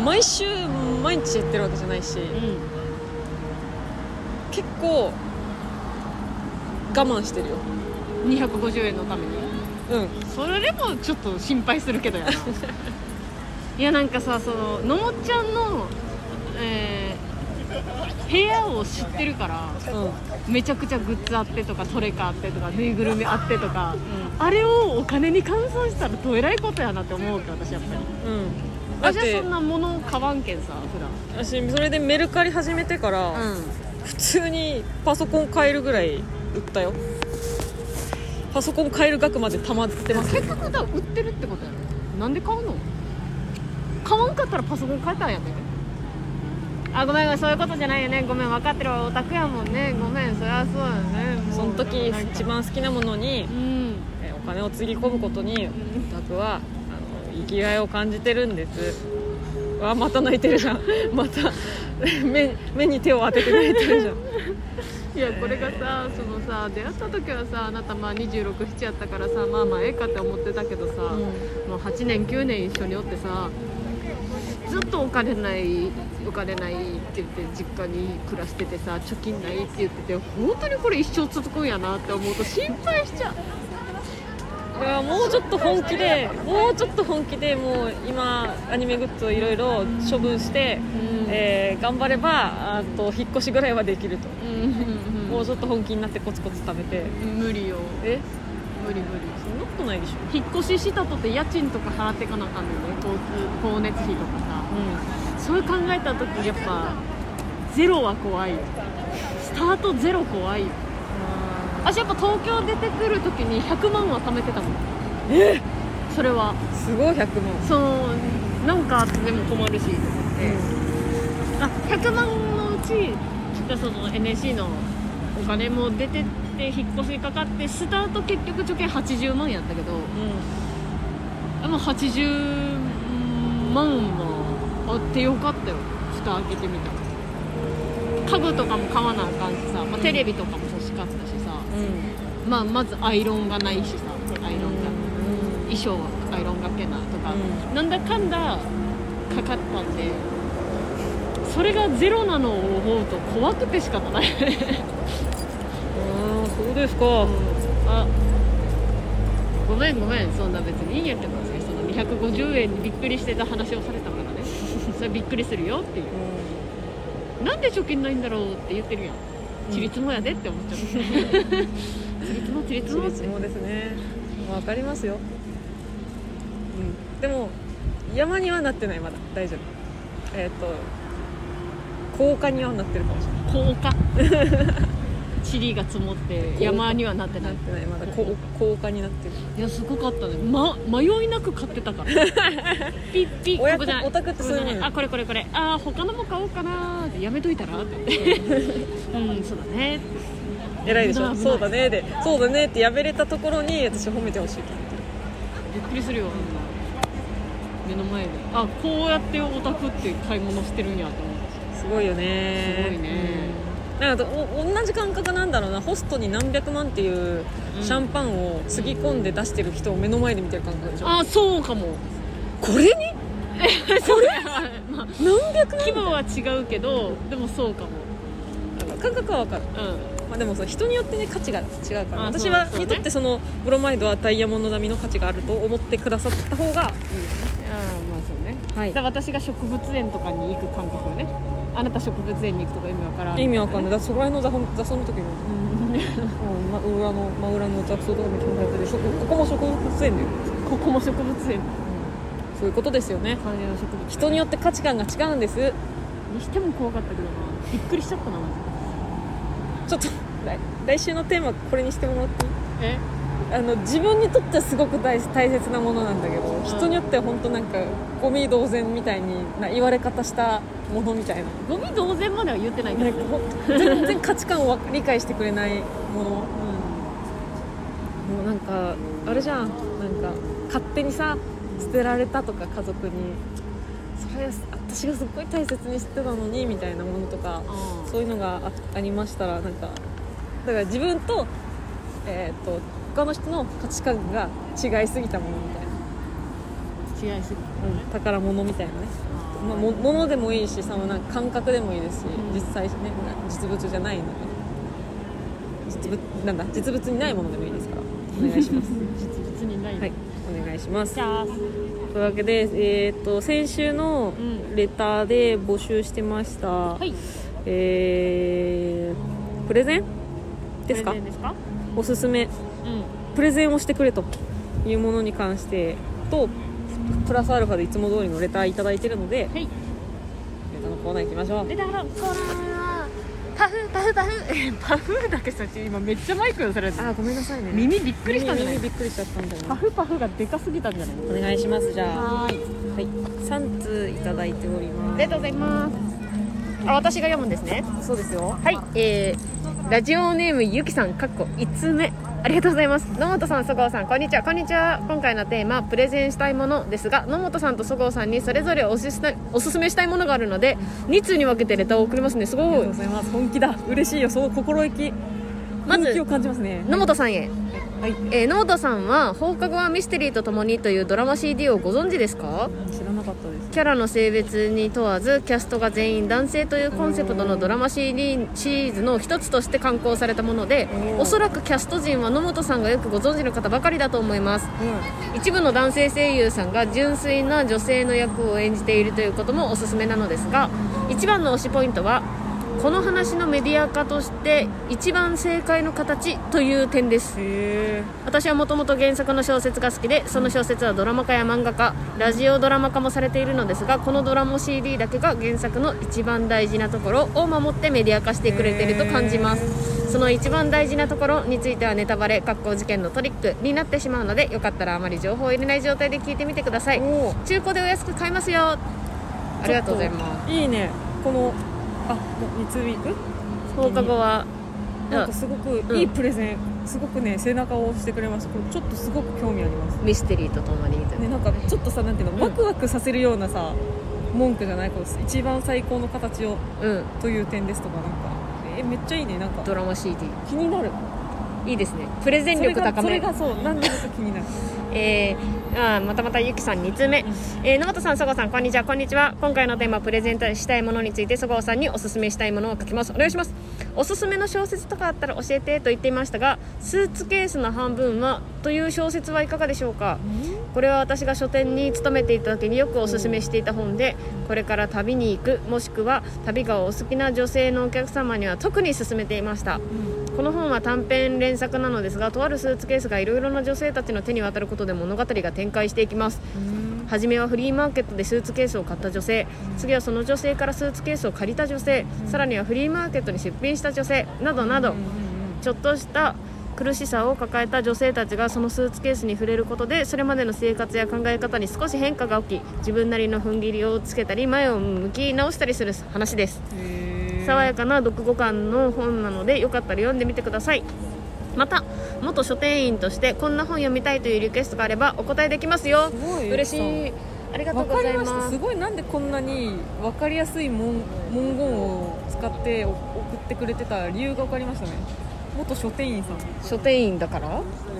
Speaker 2: 毎週毎日やってるわけじゃないし
Speaker 1: う
Speaker 2: 結構我慢してるよ
Speaker 1: ん250円のために
Speaker 2: うん
Speaker 1: それでもちょっと心配するけどや
Speaker 2: [laughs]
Speaker 1: ないやなんかさそののもちゃんの、えー部屋を知ってるから
Speaker 2: うん
Speaker 1: めちゃくちゃグッズあってとかトレカあってとかぬいぐるみあってとか、あれをお金に換算したらどえらいことやなって思うけど私やっぱり
Speaker 2: うんだっ
Speaker 1: 私は
Speaker 2: て
Speaker 1: そんなもの買わんけんさ普段
Speaker 2: 私それでメルカリ始めてから、普通にパソコン買えるぐらい売ったよパソコン買える額まで溜まってます
Speaker 1: 結局だ売ってるってことやろなんで買うの買わんかったらパソコン買えたんやねあごめんそういうことじゃないよねごめん分かってるわオタクやもんねごめんそりゃそうやねもう
Speaker 2: その時一番好きなものに
Speaker 1: うん
Speaker 2: えーお金をつぎ込むことにオタクはあの生きがいを感じてるんですあまた泣いてるじゃん [laughs] また目目に手を当てて泣いてるじゃん
Speaker 1: いやこれがさそのさ出会った時はさあなたまあ267やったからさまあまあええかって思ってたけどさ、もう8年9年一緒におってさずっとお金ないお金ないって言って実家に暮らしててさ貯金ないって言ってて本当にこれ一生続くんやなって思うと心配しちゃう
Speaker 2: いやもうちょっと本気でもうちょっと本気でもう今アニメグッズをいろいろ処分して、えー頑張ればあと引っ越しぐらいはできると、もうちょっと本気になってコツコツ食べて
Speaker 1: 無理よ
Speaker 2: え
Speaker 1: 無理無理
Speaker 2: そんなことないでしょ、
Speaker 1: 引っ越ししたとって家賃とか払っていかなあかんのよね交通光熱費とかさそういう考えた時やっぱゼロは怖いスタートゼロ怖い私やっぱ東京出てくる時に100万は貯めてたもんそれは
Speaker 2: すごい100万
Speaker 1: そのなんかあってでも困るしと思って、あ100万のうちその NSC のお金も出てって引っ越しかかってスタート結局貯金80万やったけど
Speaker 2: う
Speaker 1: でも80万はあってよかったよ蓋開けてみたら家具とかも買わなあかんしさ、まあテレビとかも欲しかったしさ、
Speaker 2: んうん
Speaker 1: まあ、まずアイロンがないしさアイロンが
Speaker 2: う
Speaker 1: 衣装はアイロンがけなとか、
Speaker 2: う
Speaker 1: なんだかんだかかったんでそれがゼロなのを思うと怖くて仕方ない
Speaker 2: ああそうですか、
Speaker 1: あごめんごめんそんな別にいいんやけどねその250円にびっくりしてた話をされたから [laughs] ねそれびっくりするよっていうなんで貯金ないんだろうって言ってるやんちりつもやでって思っ [laughs] ちゃうちりつもちりつもって
Speaker 2: そうですねわかりますよ、うん、でも山にはなってないまだ大丈夫えっ、と高架にはなってるかもしれない
Speaker 1: 高架チリが積もって山にはなってな
Speaker 2: ないってないまだ高高架になってる
Speaker 1: いやすごかったね、ま、迷いなく買ってたから
Speaker 2: [laughs]
Speaker 1: ピッピ
Speaker 2: おや
Speaker 1: ここじゃない
Speaker 2: オタクってそういうもん
Speaker 1: ここじゃないあこれこれこれあー他のも買おうかなーってやめといたらってうんそうだね
Speaker 2: 偉いでし
Speaker 1: まあ
Speaker 2: ょ
Speaker 1: まあ
Speaker 2: そうだねでそうだねってやめれたところに私褒めてほしい
Speaker 1: びっくりするよあんな目の前であこうやってオタクって買い物してるんやと思って
Speaker 2: すごいよね
Speaker 1: すごいね
Speaker 2: うんなんかお同じ感覚なんだろうなホストに何百万っていうシャンパンをつぎ込んで出してる人を目の前で見てる感覚でしょ
Speaker 1: あそうか
Speaker 2: [laughs]
Speaker 1: も
Speaker 2: これに
Speaker 1: それ、 [laughs] まあ、
Speaker 2: 何百
Speaker 1: 規模は違うけどでもそうかも
Speaker 2: 万感覚は分かる、
Speaker 1: う
Speaker 2: まあ、でもその人によってね価値が違うから
Speaker 1: あそう
Speaker 2: 私は、
Speaker 1: そうね
Speaker 2: にとってそのブロマイドはダイヤモンド並みの価値があると思ってくださった方が
Speaker 1: んあまあそうね
Speaker 2: はい
Speaker 1: だから私が植物園とかに行く感覚よねあなた植物園に行くとか意味わからん
Speaker 2: 意味わかんないだからそこら辺の雑草雑草の時も、うんま、裏の真裏の雑草とかも気になってるしここも植物園だよ
Speaker 1: ここも植物園
Speaker 2: そういうことですよね
Speaker 1: 観葉植物
Speaker 2: 人によって価値観が違うんです
Speaker 1: にしても怖かったけどなびっくりしちゃったなマジで
Speaker 2: ちょっと来来週のテーマこれにしてもらっていい
Speaker 1: え
Speaker 2: あの自分にとってはすごく大大切なものなんだけど人によっては本当なんかゴミ同然みたいにな言われ方したものみたいな
Speaker 1: ゴミ同然までは言ってないけ
Speaker 2: な
Speaker 1: ど
Speaker 2: んかほん全然価値観を理解してくれないもの、もうなんかあれじゃんなんか勝手にさ捨てられたとか家族にそれ私がすっごい大切にしてたのにみたいなものとかそういうのがあありましたらなんかだから自分と,、えー、と他の人の価値観が違いすぎたものみたいな。
Speaker 1: 違いすぎ
Speaker 2: うん宝物みたいなね、まあ、も物でもいいしそのなんか感覚でもいいですし、実際ねな実物じゃないので実物なんだ実物にないものでもいいですからお願い
Speaker 1: [laughs]
Speaker 2: します
Speaker 1: 実物にない、
Speaker 2: はいお願いします
Speaker 1: じゃあ
Speaker 2: というわけで、えー、と先週の
Speaker 1: ん
Speaker 2: レターで募集してました、
Speaker 1: はい
Speaker 2: えープレゼンですか
Speaker 1: プレゼンですか
Speaker 2: おすすめプレゼンをしてくれというものに関してとプラスアルファでいつも通りのレターいただいてるので、
Speaker 1: はい
Speaker 2: レターのコーナー行きましょう
Speaker 1: うんレターのコーナー
Speaker 4: パフパフパフ
Speaker 1: パフーだけさち今めっちゃマイク寄せられてる
Speaker 2: あごめんなさいね
Speaker 1: 耳びっくりしたんじゃない
Speaker 2: 耳びっくりしちゃったんだよ
Speaker 1: パ
Speaker 2: ね
Speaker 1: フパフがでかすぎたんじゃない
Speaker 2: お願いしますじゃあ
Speaker 1: はーい
Speaker 2: はい3通いただいており
Speaker 4: あ
Speaker 2: ま
Speaker 4: りがとうございますあ私が読むんですね
Speaker 2: すそうですよ
Speaker 4: はい、えー、ラジオネームゆきさん、かっこ5つ目。あ
Speaker 5: ありがとうございます野本さん、そごうさんこんにちはこんにちは今回のテーマプレゼンしたいものですが野本さんとそごうさんにそれぞれおすすめおすすめしたいものがあるので2通に分けてレターを送りますねす
Speaker 2: あり
Speaker 5: ご
Speaker 2: がとう
Speaker 5: い
Speaker 2: ございます本気だ嬉しいよその心意気
Speaker 5: まず
Speaker 2: 本気を感じますね
Speaker 5: 野本さんへ、
Speaker 2: はい
Speaker 5: えー野本さんは「放課後はミステリーとともに」というドラマ CD をご存知ですか
Speaker 2: 知らなかったです
Speaker 5: キャラの性別に問わずキャストが全員男性というコンセプトのドラマ CD シリーズの一つとして刊行されたものでおそらくキャスト陣は野本さんがよくご存知の方ばかりだと思います一部の男性声優さんが純粋な女性の役を演じているということもおすすめなのですが一番の推しポイントはこの話のメディア化として一番正解の形という点です
Speaker 2: うんへえ
Speaker 5: 私はもともと原作の小説が好きでその小説はドラマ化や漫画化ラジオドラマ化もされているのですがこのドラマ CD だけが原作の一番大事なところを守ってメディア化してくれていると感じますその一番大事なところについてはネタバレ学校事件のトリックになってしまうのでよかったらあまり情報を入れない状態で聞いてみてください
Speaker 2: おお
Speaker 5: 中古でお安く買えますよありがとうございます
Speaker 2: いいねこのあ三つウィーク
Speaker 5: 放課後は
Speaker 2: なんかすご
Speaker 5: う
Speaker 2: く
Speaker 5: ん
Speaker 2: いいプレゼン、すごくね背中を押してくれましたこれちょっとすごく興味あります
Speaker 5: ミステリーとともにという
Speaker 2: ねなんかちょっとさなんていうのワクワクさせるようなさ文句じゃないこう一番最高の形を
Speaker 5: うん
Speaker 2: という点ですとかなんかえめっちゃいいねなんか
Speaker 5: ドラマ CD
Speaker 2: 気になる
Speaker 5: いいですねプレゼン
Speaker 2: それ
Speaker 5: 力
Speaker 2: が
Speaker 5: 高
Speaker 2: それ
Speaker 5: め
Speaker 2: がそうなんでちょっと気になる
Speaker 5: えー、あーまたまたゆきさん2通目、えー、野本さん、そごうさんこんにちはこんにちは今回のテーマプレゼントしたいものについてそごうさんにおすすめしたいものを書きますお願いしますおすすめの小説とかあったら教えてと言っていましたがスーツケースの半分はという小説はいかがでしょうかこれは私が書店に勤めていた時によくおすすめしていた本でこれから旅に行くもしくは旅がお好きな女性のお客様には特に勧めていました、この本は短編連作なのですがとあるスーツケースがいろいろな女性たちの手に渡ることで物語が展開していきます初めはフリーマーケットでスーツケースを買った女性次はその女性からスーツケースを借りた女性さらにはフリーマーケットに出品した女性などなどちょっとした苦しさを抱えた女性たちがそのスーツケースに触れることでそれまでの生活や考え方に少し変化が起き自分なりの踏ん切りをつけたり前を向き直したりする話です爽やかな読後感の本なのでよかったら読んでみてくださいまた元書店員としてこんな本読みたいというリクエストがあればお答えできますよ
Speaker 2: すごい
Speaker 5: 嬉し
Speaker 2: そう
Speaker 5: いありがと
Speaker 2: わ
Speaker 5: うご
Speaker 2: か
Speaker 5: ざ
Speaker 2: り
Speaker 5: い
Speaker 2: ま
Speaker 5: ま
Speaker 2: した
Speaker 5: す
Speaker 2: すごいなんでこんなにわかりやすい文文言を使ってお送ってくれてた理由がわかりましたね元書店員さん
Speaker 5: 書店員だから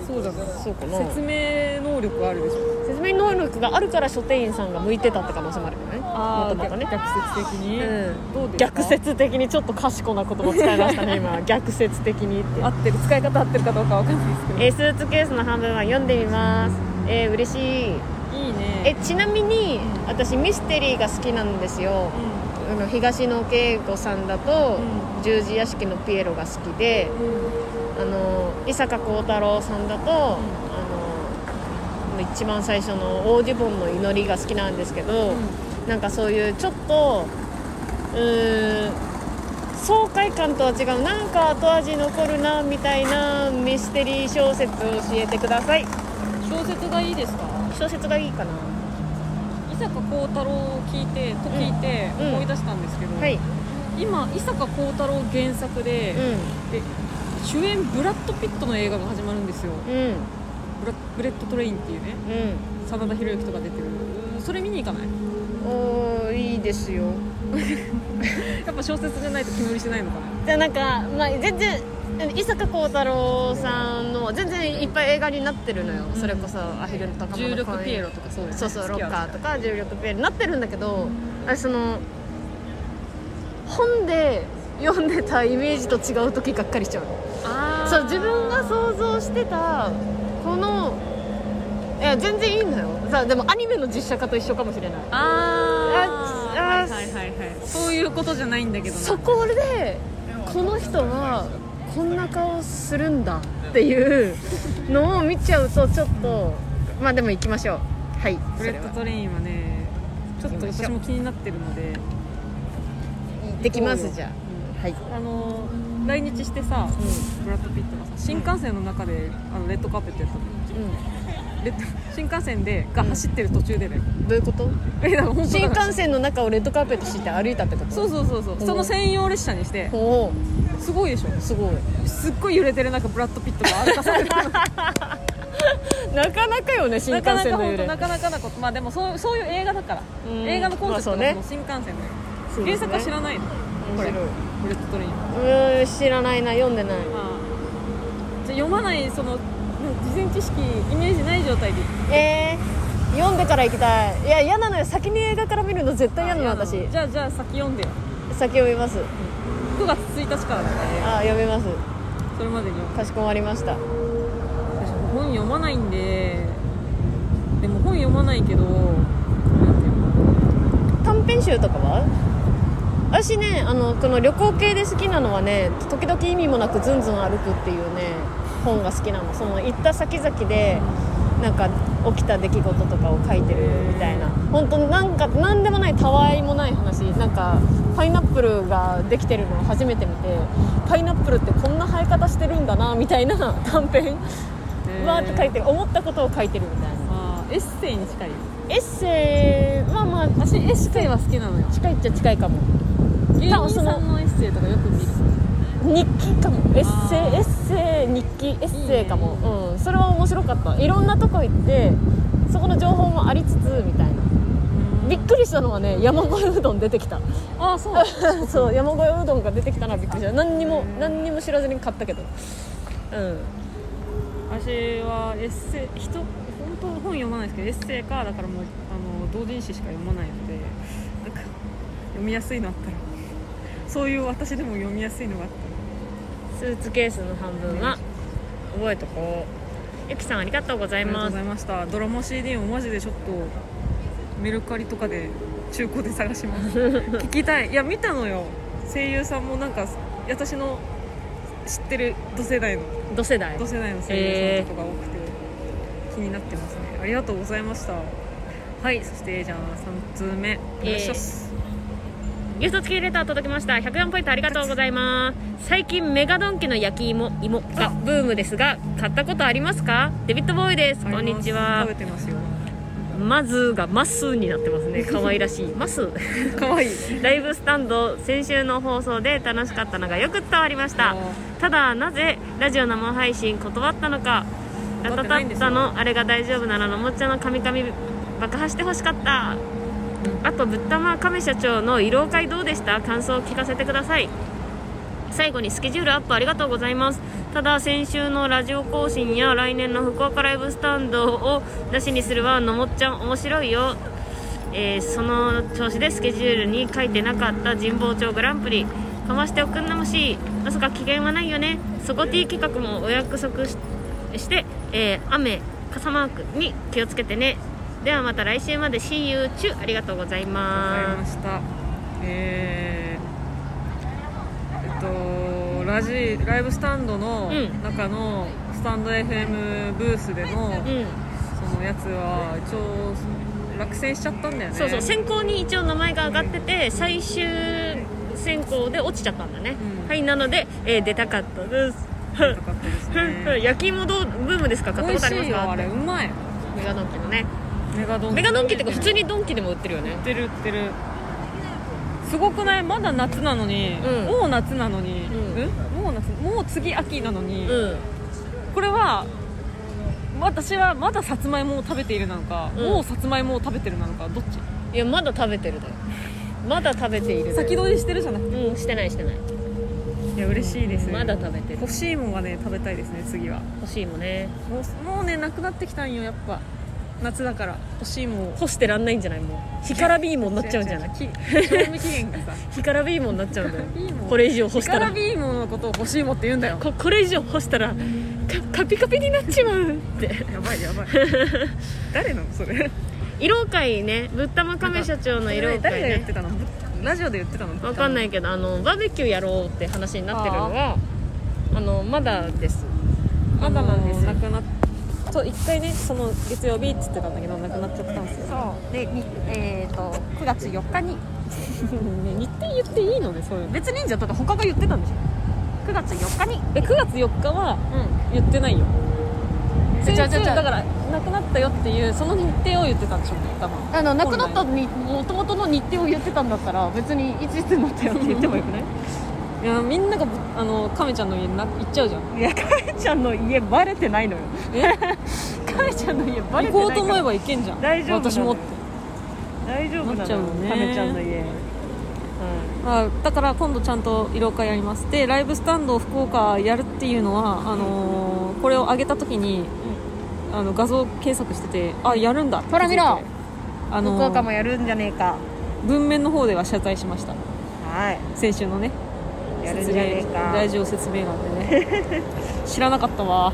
Speaker 2: そうじゃない
Speaker 5: そうかな
Speaker 2: 説明能力あるでしょ
Speaker 5: 説明能力があるから書店員さんが向いてたって可能性もあるよね
Speaker 2: あ
Speaker 5: もともとね
Speaker 2: 逆説的に、
Speaker 5: うん
Speaker 2: どうですか
Speaker 1: 逆説的にちょっと賢な言葉使いま
Speaker 5: [laughs]
Speaker 1: したね今逆説的にって
Speaker 2: 合ってる使い方合ってるかどうかわかんないですけど
Speaker 5: えースーツケースの半分は読んでみますえー嬉しい
Speaker 2: いいね
Speaker 5: えちなみに私ミステリーが好きなんですよ
Speaker 2: う
Speaker 5: あの東野圭吾さんだと、
Speaker 2: う
Speaker 5: 十字屋敷のピエロが好きで
Speaker 2: んうん
Speaker 5: あの伊坂幸太郎さんだと、あの一番最初の「オーディボンの祈り」が好きなんですけど、なんかそういうちょっとうーん爽快感とは違うなんか後味残るなみたいなミステリー小説を教えてください
Speaker 2: 小説がいいですか
Speaker 5: 小説がいいかな
Speaker 2: 伊坂幸太郎を聞いてと聞いて
Speaker 5: うん
Speaker 2: 思い出したんですけど、
Speaker 5: はい
Speaker 2: 今伊坂幸太郎原作で,、
Speaker 5: う
Speaker 2: で主演ブラッド・ピットの映画が始まるんですよ
Speaker 5: んうん
Speaker 2: ブラブレッド・トレインっていうね真田広之とか出てるうんそれ見に行かない
Speaker 5: うんおーいいですよ
Speaker 2: やっぱ小説じゃないと気乗りしないのかな
Speaker 5: じゃあなんか、まあ、全然伊坂幸太郎さんのは全然いっぱい映画になってるのよ、それこそ「アヒルの高
Speaker 2: 重
Speaker 5: の
Speaker 2: 力ピエロとかそうです
Speaker 5: そうそうロッカーと
Speaker 2: か
Speaker 5: か重力ペンなってるんだけどあれその本で読んでたイメージと違う時がっかりしちゃう
Speaker 2: あ
Speaker 5: そう自分が想像してたこのいや全然いいんだよさでもアニメの実写化と一緒かもしれない
Speaker 2: あー
Speaker 5: ああ
Speaker 2: はいはいはいはいそういうことじゃないんだけどな
Speaker 5: そこでこの人はこんな顔するんだっていうのを見ちゃうとちょっとまあでも行きましょうはい
Speaker 2: ブ
Speaker 5: そ
Speaker 2: レ
Speaker 5: れ
Speaker 2: ッド
Speaker 5: は
Speaker 2: トレインはねちょっと私も気になってるので
Speaker 5: できますじゃあはい
Speaker 2: あのー来日してさ、ブラッド・ピットがさ新幹線の中であのレッドカーペットやったの
Speaker 5: う
Speaker 2: レッド新幹線でが走ってる途中でね、
Speaker 5: んどういうこと
Speaker 2: えだから本当
Speaker 1: 新
Speaker 2: だから
Speaker 1: 幹線の中をレッドカーペット敷いて歩いたってこと
Speaker 2: そうそうそうそうその専用列車にして
Speaker 5: おお
Speaker 2: すごいでしょ
Speaker 5: すごい
Speaker 2: すっごい揺れてる中ブラッド・ピットが歩かされてる
Speaker 5: なかなかよね
Speaker 2: [laughs]
Speaker 5: 新
Speaker 2: な
Speaker 5: 幹
Speaker 2: かな
Speaker 5: 線
Speaker 2: か
Speaker 5: の揺
Speaker 2: 本
Speaker 5: れ
Speaker 2: 当なかなかなことまあでもそうそういう映画だから
Speaker 5: うん
Speaker 2: 映画のコンセプトが
Speaker 5: まあそうね
Speaker 2: もう新幹線だよ
Speaker 5: そう
Speaker 2: 原
Speaker 5: ですね
Speaker 2: 作は知らないのこれブレッドトレインは
Speaker 5: うーん知らないな読んでない
Speaker 2: じゃあ読まないそのなんか事前知識イメージない状態で
Speaker 5: えー、読んでから行きたいいや嫌なのよ先に映画から見るの絶対嫌なの私
Speaker 2: じゃあじゃあ先読んでよ
Speaker 5: 先読みます
Speaker 2: 9月1日からだから
Speaker 5: あ読みます
Speaker 2: それまでには
Speaker 5: かしこまりました
Speaker 2: 私本読まないんででも本読まないけどなんていうの
Speaker 5: 短編集とかは私ねあのこの旅行系で好きなのはね時々意味もなくずんずん歩くっていうね本が好きなのその行った先々でなんか起きた出来事とかを書いてるみたいな本当なんか何でもないたわいもない話なんかパイナップルができてるのを初めて見てパイナップルってこんな生え方してるんだなみたいな短編
Speaker 2: へー
Speaker 5: わーって書いてる思ったことを書いてるみたい
Speaker 2: あーエッセイに近い
Speaker 5: なエッセイまあまあ
Speaker 2: 私エッセイは好きなのよ
Speaker 5: 近いっちゃ近いかも
Speaker 2: 芸人さんのエッセイとかよく見る
Speaker 5: 日記かもエッセイ
Speaker 2: あー
Speaker 5: エッセイ日記エッセイか
Speaker 2: いい
Speaker 5: もうん、それは面白かったいろんなとこ行ってそこの情報もありつつみたいなびっくりしたのはね山越えうどん出てき [laughs] た
Speaker 2: ああそう
Speaker 5: そう山越えうどんが出てきたのはびっくりした何にも何にも知らずに買ったけどうん
Speaker 2: 私はエッセイ人本当本読まないですけどエッセイかだからもうあの同人誌しか読まないのでなんか読みやすいのあったらそういう私でも読みやすいのがあった
Speaker 5: スーツケースの半分は覚えとこうゆきさんありがとうござい
Speaker 2: らありがとう
Speaker 5: ま
Speaker 2: ご
Speaker 5: す
Speaker 2: ざいましたドラマ CD もマジでちょっとメルカリとかで中古で探します
Speaker 5: [laughs]
Speaker 2: 聞きたいいや見たのよ声優さんもなんか私の知ってる同世代の
Speaker 5: 同世代
Speaker 2: 同世代の声優さんとかが多くて、気になってますねありがとうございましたはいそしてじゃあ3通目お願いします、
Speaker 5: ゲスト付きレター届きました104ポイントありがとうございます最近メガドン家の焼き芋芋がブームですが買ったことありますかデビッドボーイですこんにち
Speaker 2: あります
Speaker 5: は
Speaker 2: 食べてま
Speaker 5: まずがマスになってますね [laughs] 可愛らしいマス
Speaker 2: すよかわいい
Speaker 5: ライブスタンド先週の放送で楽しかったのがよく伝わりましたただなぜラジオ生配信断ったのかラタタッタのあれが大丈夫ならのもっちゃんのカミカミ爆破してほしかったあとぶったま亀社長の慰労会どうでした感想を聞かせてください最後にスケジュールアップありがとうございますただ先週のラジオ更新や来年の福岡ライブスタンドをなしにするはのもっちゃん面白いよえーその調子でスケジュールに書いてなかった神保町グランプリかましておくんなもしまさか期限はないよねそこ T 企画もお約束しして、えー雨傘マークに気をつけてねではまた来週まで See you 中ありがとうござい
Speaker 2: わかり
Speaker 5: ま
Speaker 2: ますしたえーえっとラジライブスタンドの
Speaker 5: うん
Speaker 2: 中のスタンド FM ブースでの、
Speaker 5: うん、
Speaker 2: そのやつは一応落選しちゃったんだよね
Speaker 5: そうそう選考に一応名前が上がってて最終選考で落ちちゃったんだね、
Speaker 2: うん
Speaker 5: はいなので、えー出たかったです
Speaker 2: よかったですね
Speaker 5: 焼き芋どうブームですか買った
Speaker 2: 美
Speaker 5: こと
Speaker 2: 味し
Speaker 5: あります
Speaker 2: いよ
Speaker 5: か
Speaker 2: あれうまい
Speaker 5: メガドンキのね
Speaker 2: メガドン
Speaker 5: メガドンキってか普通にドンキでも売ってるよね
Speaker 2: 売ってる売ってるすごくないまだ夏なのに、
Speaker 5: うん
Speaker 2: もう夏なのに、
Speaker 5: うん
Speaker 2: んもう夏もう次秋なのに、
Speaker 5: うん
Speaker 2: これは私はまださつまいもを食べているなのか、
Speaker 5: うん
Speaker 2: もうさつまいもを食べてるなのかどっち
Speaker 5: いやまだ食べてるだよまだ食べているだよ
Speaker 2: 先取りしてるじゃなく
Speaker 5: うんしてないしてない
Speaker 2: ていや嬉しいです
Speaker 5: まだ食べてる
Speaker 2: 欲しいもんがね食べたいですね次は
Speaker 5: 欲しいもね
Speaker 2: もうもうねなくなってきたんよやっぱ夏だから欲しいもんを
Speaker 5: 干してらんないんじゃないもう干からびいもんなっちゃうんじゃない
Speaker 2: 違う違うき [laughs] 賞味期限が [laughs] さ
Speaker 5: 干からびいもんなっちゃうんだよ
Speaker 2: いいもん
Speaker 5: これ以上干
Speaker 2: 干
Speaker 5: し
Speaker 2: した
Speaker 5: た
Speaker 2: ら
Speaker 5: ら
Speaker 2: ビーモのことを欲しいもんって言うんだよ
Speaker 5: ここれ以上干したらかカピカピになっちまうって
Speaker 2: やばいやばい [laughs] 誰なのそれ
Speaker 5: 色会ねぶったま亀社長の色
Speaker 2: 誰
Speaker 5: 会
Speaker 2: が言っ
Speaker 5: ね
Speaker 2: てたのラジオで言ってたの
Speaker 5: わかんないいけどあのバーベキューやろうって話になってるのがあのまだです
Speaker 2: まだなんです
Speaker 5: あ
Speaker 2: な
Speaker 5: の
Speaker 2: くなっそう一回ねその月曜日っつってたんだけどなくなっちゃったんですよ
Speaker 1: そうで、にえっ、と9月4日に
Speaker 2: [laughs] ね日程言っていいのねそういうの
Speaker 1: 別にじゃだって他が言ってたんでしょ9月4日に
Speaker 2: え9月4日は言ってないよ、先
Speaker 1: じゃあ
Speaker 2: 週
Speaker 1: じゃあじゃあ
Speaker 2: だからなくなったよっていうその日程を言ってたんでしょ多分
Speaker 1: あの亡くなったにもともとの日程を言ってたんだったら別にいついつになったよって言ってもよくない
Speaker 2: いやみんながぶあの亀ちゃんの家にな行っちゃうじゃん
Speaker 1: いやカメちゃんの家バレてないのよ [laughs] カメちゃんの家バレてな
Speaker 2: 行
Speaker 1: い
Speaker 2: こ
Speaker 1: か
Speaker 2: う
Speaker 1: ら
Speaker 2: と思えば行けんじゃん
Speaker 1: 大丈夫なの
Speaker 2: 私もって
Speaker 1: 大丈夫
Speaker 2: な
Speaker 1: な
Speaker 2: っ
Speaker 1: の
Speaker 2: ちゃうよ
Speaker 1: よ
Speaker 2: ね
Speaker 1: カメちゃんの家、うん、
Speaker 2: あだから今度ちゃんと色会やりますでライブスタンドを福岡やるっていうのはあのーこれを上げた時に、あの画像検索しててあやるんだって
Speaker 1: ほら見ろ
Speaker 2: 気づいてあの
Speaker 1: 福
Speaker 2: ー
Speaker 1: 岡もやるんじゃねえか
Speaker 2: 文面の方では謝罪しました
Speaker 1: はい
Speaker 2: 先週のね
Speaker 1: やるんじゃねえか
Speaker 2: ラジオ説明欄でね
Speaker 1: [laughs]
Speaker 2: 知らなかったわ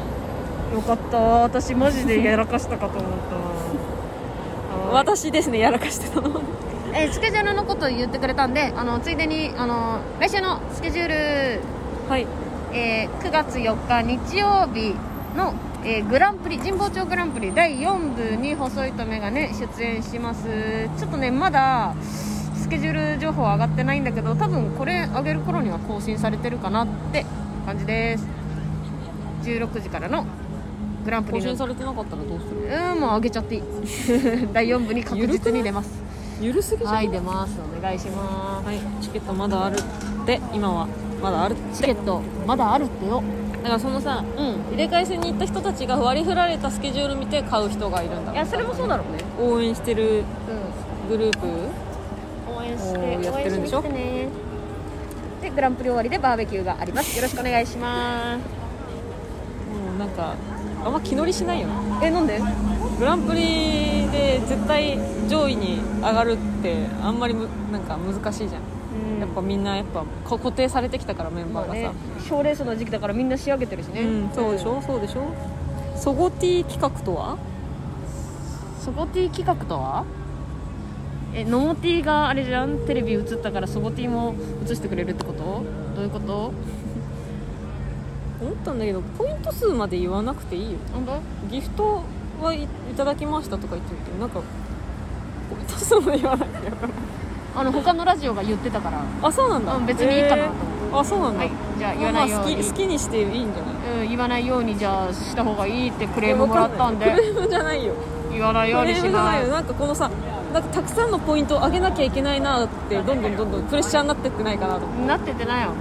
Speaker 1: よかった私マジでやらかしたかと思ったわはい
Speaker 2: 私ですねやらかしてたの
Speaker 3: えースケジュールのこと言ってくれたんであのついでにあの来週のスケジュール、
Speaker 2: はい
Speaker 3: えー9月4日日曜日の、えーグランプリ神保町グランプリ第4部に細いとメガネ出演しますちょっとねまだスケジュール情報は上がってないんだけど多分これ上げる頃には更新されてるかなって感じです16時からのグランプ
Speaker 2: 更
Speaker 3: リの
Speaker 2: 新されてなかったらどうする
Speaker 3: うーんもう上げちゃっていい [laughs] 第4部に確実に出ます
Speaker 2: ゆるすぎじゃん
Speaker 3: はい出ますお願いします
Speaker 2: はい、チケットまだあるって今はまだある
Speaker 3: チケットまだあるってよ
Speaker 2: だからそのさ
Speaker 3: うん
Speaker 2: 入れ替え戦に行った人たちが割り振られたスケジュール見て買う人がいるんだ
Speaker 3: いやそれもそうだろうね
Speaker 2: 応援してるグループ
Speaker 3: うん応援
Speaker 2: し
Speaker 3: してて
Speaker 2: 応
Speaker 3: 応
Speaker 2: 援
Speaker 3: 援
Speaker 2: し
Speaker 3: し
Speaker 2: に
Speaker 3: に
Speaker 2: 来
Speaker 3: 来て
Speaker 2: て
Speaker 3: ねでグランプリ終わりでバーベキューがありますよろしくお願いしま
Speaker 2: もうなんかあんま気乗りしないよね
Speaker 3: すえなんで
Speaker 2: グランプリで絶対上位に上がるってあんまりむなんか難しいじゃん、やっぱみんなやっぱこ固定されてきたからメンバーがさ、
Speaker 3: 賞レースの時期だからみんな仕上げてるしね
Speaker 2: うんそうでしょ、そうでしょソゴティ企画とは
Speaker 1: ソゴティ企画とはえノモティがあれじゃんテレビ映ったからソゴティも映してくれるってことどういうこと
Speaker 2: 思ったんだけどポイント数まで言わなくていいよ
Speaker 3: 本当
Speaker 2: ギフトはい、いただきましたとか言ってるけどなんかポイント数まで言わなくてよかっ
Speaker 1: あの他のラジオが言ってたから
Speaker 2: たあそうなんだ、
Speaker 1: うん別にいいかなと
Speaker 2: へ
Speaker 1: 思って、
Speaker 2: ーあそうなんだ、
Speaker 1: はいじゃあ言
Speaker 2: まあ
Speaker 1: わ
Speaker 2: ま
Speaker 1: な
Speaker 2: あ
Speaker 1: いよう
Speaker 2: 好
Speaker 1: に、
Speaker 2: き好きにしていいんじゃな
Speaker 1: う
Speaker 2: い
Speaker 1: ん、言わないようにじゃあした方がいいってクレームもらったん
Speaker 2: ク
Speaker 1: で
Speaker 2: レームじゃないよ
Speaker 1: 言わないよ
Speaker 2: ク
Speaker 1: う
Speaker 2: レ
Speaker 1: に
Speaker 2: ー
Speaker 1: し
Speaker 2: ムじゃ
Speaker 1: ま
Speaker 2: ない
Speaker 1: す
Speaker 2: よなんかこのさなんかたくさんのポイントを上げなきゃいけないなってどんどんどんどんプレッシャーになってってないかなと思
Speaker 1: なっててないよ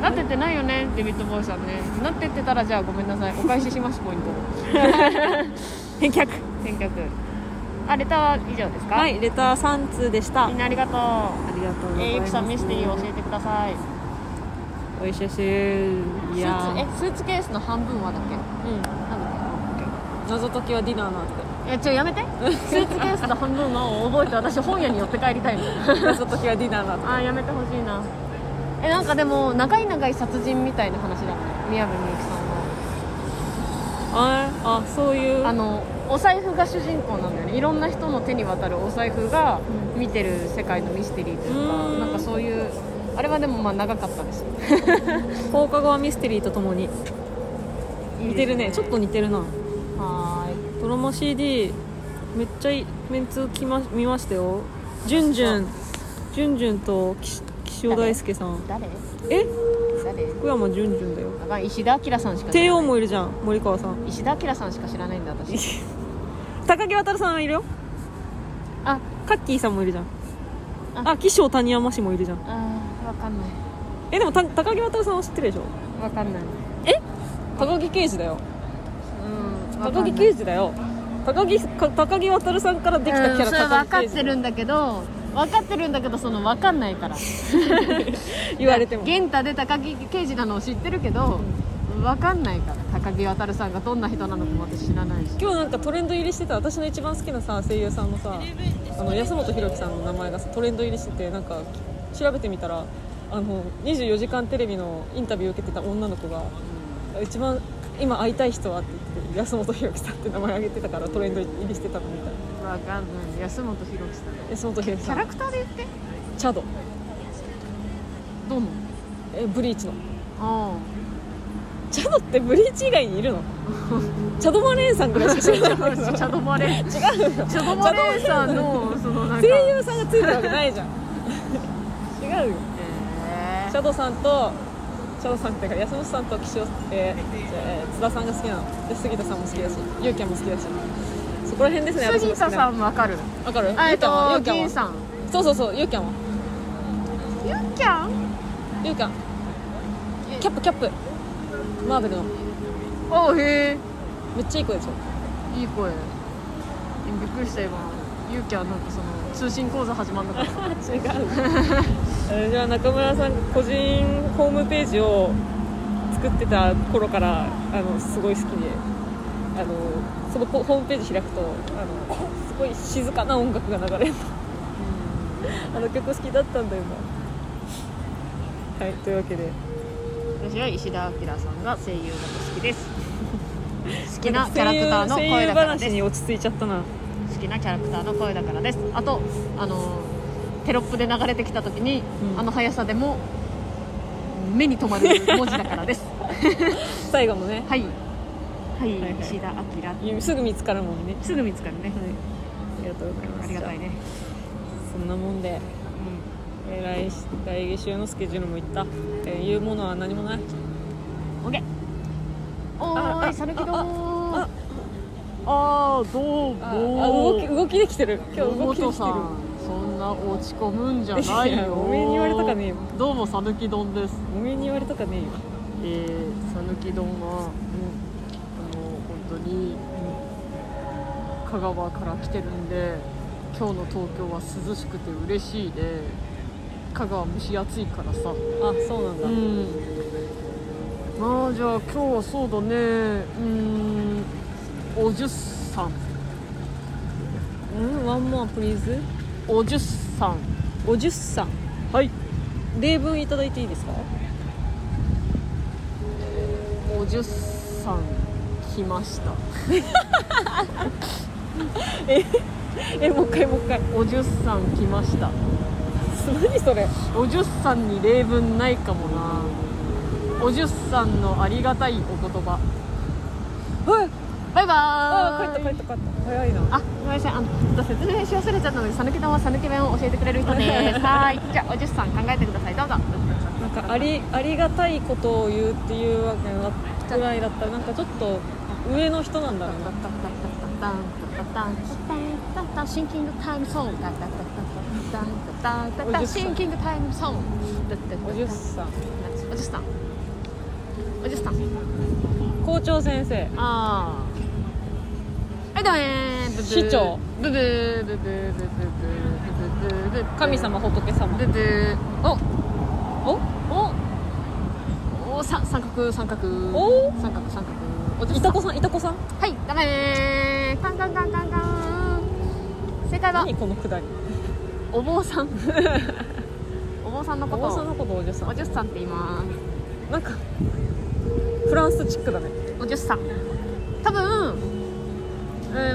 Speaker 1: なっててないよねデビッド・ボーイさんねなってってたらじゃあごめんなさいお返ししますポイント
Speaker 2: 返却
Speaker 1: 返却あレターは以上ですか
Speaker 2: はいレター3通でしたあ
Speaker 1: みんなありがとう
Speaker 2: りがとうございます
Speaker 1: えーゆきさんミステリーを教えてください
Speaker 2: おいしゃしゅい
Speaker 1: ス
Speaker 2: や
Speaker 1: ーツえスーツケースの半分はだっけ
Speaker 2: ーう
Speaker 1: な
Speaker 2: ん
Speaker 1: んだっ
Speaker 2: 謎解きはディナーなんて
Speaker 1: けいやちょや [laughs] めてスーツケースの半分は覚えて私本屋に寄って帰りたいの
Speaker 2: [laughs] 謎解きはディナーなん
Speaker 1: [laughs]
Speaker 2: て
Speaker 1: あーやめてほしいなえなんかでも長い長い殺人みたいな話だね宮部みゆきさんの
Speaker 2: ああそういう
Speaker 1: あのお財布が主人公なんだよねいろんな人の手に渡るお財布が見てる世界のミステリーというか
Speaker 2: うん
Speaker 1: なんかそういうあれはでもまあ長かったです
Speaker 2: 放課後はミステリーとともに似てるねちょっと似てるな
Speaker 1: はーい
Speaker 2: ドラマ CD めっちゃいいメンツきま見ましたよじゅんじゅんじゅんじゅんと岸岸尾大輔さん
Speaker 1: 誰
Speaker 2: え
Speaker 1: 誰
Speaker 2: 福山じゅんじゅんだよ
Speaker 1: やばい石田明さんしか知ら
Speaker 2: 帝
Speaker 1: ない
Speaker 2: 王もいるじゃん森川さん
Speaker 1: 石田明さんしか知らないんだ
Speaker 3: [laughs]
Speaker 1: 私
Speaker 2: 高木渉さんいるよ
Speaker 1: あ
Speaker 2: カッキーさんもいるじゃん
Speaker 1: あ
Speaker 2: あ起承谷山氏もいるじゃん
Speaker 1: あーわかんない
Speaker 2: えでもた高木渉さんは知ってるでしょ
Speaker 1: わかんない
Speaker 2: 高木刑事だよ
Speaker 1: うんわか
Speaker 2: 高
Speaker 1: んな
Speaker 2: 木
Speaker 1: い
Speaker 2: 刑事だよ高木か高木渉さんからできたキ
Speaker 1: う
Speaker 2: ャ
Speaker 1: んそれ
Speaker 2: ラ
Speaker 1: 分
Speaker 2: 高
Speaker 1: か
Speaker 2: 木刑
Speaker 1: っ
Speaker 2: 事
Speaker 1: てるんだけど分かってるんだけどその分かんないから
Speaker 2: 言われても
Speaker 1: 玄太で高木刑事なのを知ってるけど分かんないから高木渉さんがどんな人なのかも私知らないし
Speaker 2: 今日なんかトレンド入りしてた私の一番好きなさ声優さんのさあの安本博樹さんの名前がさトレンド入りしててなんか調べてみたらあの24時間テレビのインタビュー受けてた女の子が一番今会いたい人はって言ってて安本博樹さんって名前挙げてたからトレンド入りしてたのみたい
Speaker 1: 分かんない安本博樹さん
Speaker 2: 安本博樹
Speaker 1: キ
Speaker 2: さ
Speaker 1: ャラ
Speaker 2: ん
Speaker 1: クターで言って
Speaker 2: チャド
Speaker 1: どうも
Speaker 2: えブリーチの
Speaker 1: あ [laughs]
Speaker 2: チャドってブリーチ以外にいるのチャドマレーンさんぐらいしか知らないん
Speaker 1: [laughs]
Speaker 2: だ
Speaker 1: あ
Speaker 2: け
Speaker 1: チ
Speaker 2: ど
Speaker 1: ャドマレーンチャドマレーンさんのそのなんか
Speaker 2: 声優さんがついてるわけな
Speaker 1: [laughs]
Speaker 2: いじゃん違うよ
Speaker 1: え
Speaker 2: シャドさんとシャドさんっていうか安本さんと岸尾、えーえー津田さんが好きなので杉田さんも好きだしユうキャンも好きだしそこら辺ですね
Speaker 1: ー杉田さ
Speaker 2: ん
Speaker 1: ん分かる
Speaker 2: わかる
Speaker 1: あえ
Speaker 2: ユ
Speaker 1: っ
Speaker 2: うキャンはユ
Speaker 1: と
Speaker 2: うキャン
Speaker 1: 銀
Speaker 2: は
Speaker 1: さん
Speaker 2: そうそうそうユうキャンは
Speaker 1: ユンキャン
Speaker 2: ユうキャン
Speaker 6: キャップキャップマーベルの
Speaker 7: あへえ
Speaker 6: めっちゃいい子ですよ
Speaker 7: いい声びっくりした今ゆうきはなんかその通信講座始まんのかな
Speaker 2: 違うじゃあ中村さんが個人ホームページを作ってた頃からあのすごい好きであのそのホホームページ開くとあのすごい静かな音楽が流れるのあの曲好きだったんだよなはいというわけで
Speaker 1: 私は石田明さんが声優だと好きです好きなキャラクターの声だから
Speaker 2: 声優話
Speaker 1: です
Speaker 2: に落ち着いちゃったな
Speaker 1: 好きなキャラクターの声だからですあとあのテロップで流れてきた時に、あの速さでも目に留まる文字だからです
Speaker 2: 最後もね
Speaker 1: はいはい、
Speaker 2: はいはい
Speaker 1: 石田明
Speaker 2: すぐ見つかるもんね
Speaker 1: すぐ見つかるね
Speaker 2: ありがとうございます
Speaker 1: ありがたいね
Speaker 2: そんなもんで、えー来来週のスケジュールも言った、えー言うものは何もない
Speaker 1: お
Speaker 2: あ
Speaker 1: ー
Speaker 2: あ
Speaker 1: い讃岐ど
Speaker 2: あ
Speaker 1: ー
Speaker 7: あーどう
Speaker 2: あ動き動きできてる今日動きで
Speaker 7: 元
Speaker 2: きて
Speaker 7: さ
Speaker 2: る
Speaker 7: んそんな落ち込むんじゃない
Speaker 2: [laughs] いや
Speaker 7: よ
Speaker 2: おめえに言われたかねえよ
Speaker 7: どうも讃岐丼です
Speaker 2: おめえに言われたかねえよ
Speaker 7: えー讃岐、丼は、あの本当に、香川から来てるんで今日の東京は涼しくて嬉しいで香川蒸し暑いからさ
Speaker 2: あそうなんだ、
Speaker 7: うんまあじゃあ今日はそうだねうんおじゅっさん
Speaker 2: うん、ワンモアプリーズ
Speaker 7: おじゅっさん
Speaker 2: おじゅっさん
Speaker 7: はい
Speaker 2: 例文いただいていいですか [laughs]
Speaker 7: おじゅっさん来ま
Speaker 1: [laughs]
Speaker 7: した
Speaker 2: えもう一回もう一回
Speaker 7: おじゅっさん来ました
Speaker 2: 何それ
Speaker 7: おじゅっさんに例文ないかもなおじゅっさんのありがたいお言葉
Speaker 2: はい
Speaker 7: バイバーイ
Speaker 2: あ帰った帰った帰った早いな
Speaker 1: あごめんなさいあのちょっと説明し忘れちゃったので讃岐丼は讃岐弁を教えてくれる人で
Speaker 7: [laughs]
Speaker 1: すはーいじゃあおじゅっさん考えてくださいどうぞ
Speaker 2: なんかありありがたいことを言うっていうわけなくらいだったらなんかちょっと上の人なんだろうな
Speaker 1: シンキングタイムソングシンキングタイムソング
Speaker 2: おじゅっさん
Speaker 1: おじさんおじさん
Speaker 2: 校長先生
Speaker 7: あ
Speaker 1: はいダメー
Speaker 2: 市長
Speaker 7: ーブブーブブーブブーブブーブブーブブー
Speaker 2: 神様仏様
Speaker 7: ブブー
Speaker 2: お
Speaker 7: おおさ三角三角
Speaker 2: おお
Speaker 7: 三角三角おじゅっ
Speaker 2: い
Speaker 7: さ
Speaker 2: た
Speaker 7: ん
Speaker 2: こさんいたこさん
Speaker 1: はいダメーカンカンカンカンカン正解は
Speaker 2: 何このくだり
Speaker 1: お坊さん
Speaker 2: [laughs]
Speaker 1: お坊さんの
Speaker 2: お
Speaker 1: こと
Speaker 2: 坊さん
Speaker 1: を
Speaker 2: のことおじゅっさ
Speaker 1: お
Speaker 2: ん
Speaker 1: じゅっさんって言います
Speaker 2: なんかフランスチックだね
Speaker 1: おじゅっさん多分、うん、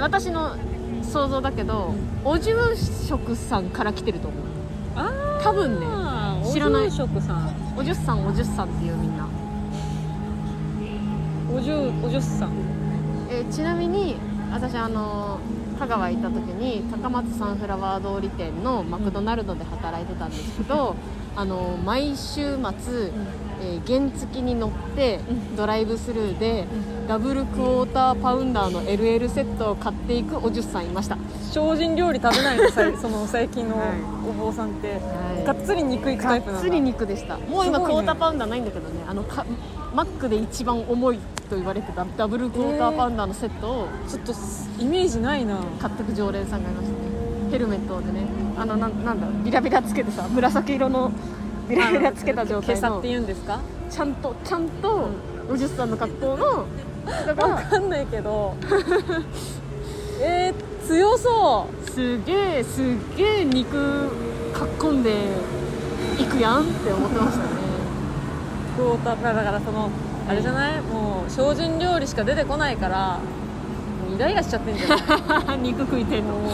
Speaker 1: 私の想像だけどお住職さんから来てると思う
Speaker 2: あ
Speaker 1: 多分ね
Speaker 2: あ
Speaker 1: 知らない
Speaker 2: お住職さん
Speaker 1: おじゅっさんおじゅっさんっていうみんな、
Speaker 2: おじゅおじゅっさん
Speaker 1: えーちなみに私あの香川行った時に高松サンフラワー通り店のマクドナルドで働いてたんですけど、あの毎週末、えー原付に乗ってドライブスルーで、ダブルクォーターパウンダーの LL セットを買っていくおじゅっさんいました、
Speaker 2: 精進料理食べないの
Speaker 1: [laughs]
Speaker 2: さいその最近のお坊さんって、
Speaker 1: い
Speaker 2: がっつり肉いくタイプ
Speaker 1: が
Speaker 2: な
Speaker 1: っ
Speaker 2: ん
Speaker 1: つ
Speaker 2: だ
Speaker 1: り肉でしたもう
Speaker 2: すご
Speaker 1: 今
Speaker 2: いね
Speaker 1: クォーターパウンダーないんだけどねあのかマックで一番重いと言われてたダブルクォーターパウンダーのセットを
Speaker 2: ちょっとイメージないな
Speaker 1: 買ってく常連さんがいましたねヘルメットでねあのなんなんだビラビラつけてさ紫色のビラビラつけた状
Speaker 2: 今
Speaker 1: 態
Speaker 2: 朝っ
Speaker 1: の
Speaker 2: て言うんですか
Speaker 1: ちゃんとちゃんとおじゅっさんの格好の人
Speaker 2: わ
Speaker 1: が
Speaker 2: かんない
Speaker 1: [laughs]
Speaker 2: けどえー、強そ
Speaker 1: すげえすげえ肉かっこんでいくやんって思ってましたね
Speaker 2: うクォーターパウンダーだからそのあれじゃないもう精進料理しか出てこないからもうイライラしちゃってんじゃない [laughs]
Speaker 1: 肉食いてんの
Speaker 2: もう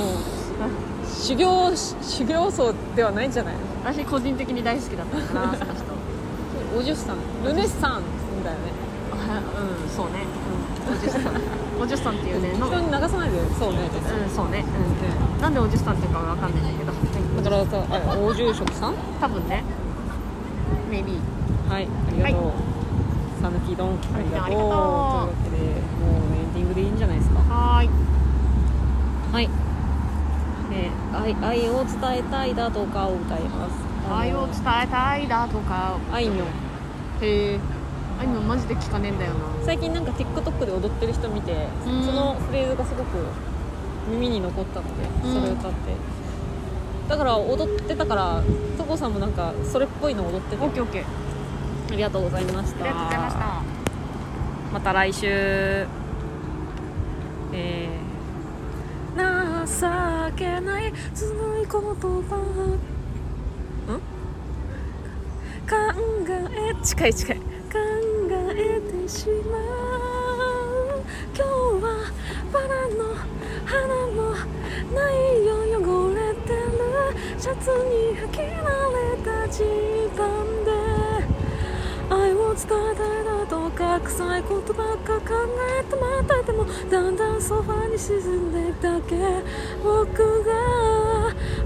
Speaker 2: 修行修行僧ではないんじゃない
Speaker 1: 私個人的に大好きだったかなその人
Speaker 2: おじゅっさんルネッサンスだよね
Speaker 1: うんそうね、うん、おじゅっさんおじゅっさんっていうねの
Speaker 2: 人に流さないでそうね
Speaker 1: うんそうね、うんなんでおじゅっさんっていうかはわかんないんだけど
Speaker 2: だからさあお住職さん
Speaker 1: 多分ね maybe
Speaker 2: はいありがとう讃岐丼ありが
Speaker 1: あ
Speaker 2: とうとい
Speaker 1: り
Speaker 2: う
Speaker 1: がとう
Speaker 2: わけでもうエンディングでいいんじゃないですか
Speaker 1: はーい
Speaker 2: はい、えー、愛愛を伝えたいだとかを歌います
Speaker 1: 愛を伝えたいだとか
Speaker 2: 愛の
Speaker 1: へえ
Speaker 5: あ今マジで聞かねえんだよな
Speaker 2: 最近なんか TikTok で踊ってる人見て
Speaker 5: うん
Speaker 2: そのフレーズがすごく耳に残ったので
Speaker 5: うん
Speaker 2: それを歌って、だから踊ってたからトコさんもなんかそれっぽいの踊ってて
Speaker 5: オッケーオッケー
Speaker 2: ありがとうございました
Speaker 3: ありがとうございました
Speaker 2: また来週えー情けないずるい言葉ん考え近い近い考えてしまう今日はバラの花もないよ汚れてるシャツに履き慣れたジーパンで愛を伝えたいなどうか臭いことばっか考えて待っていてもだんだんソファに沈んでいくだけ僕が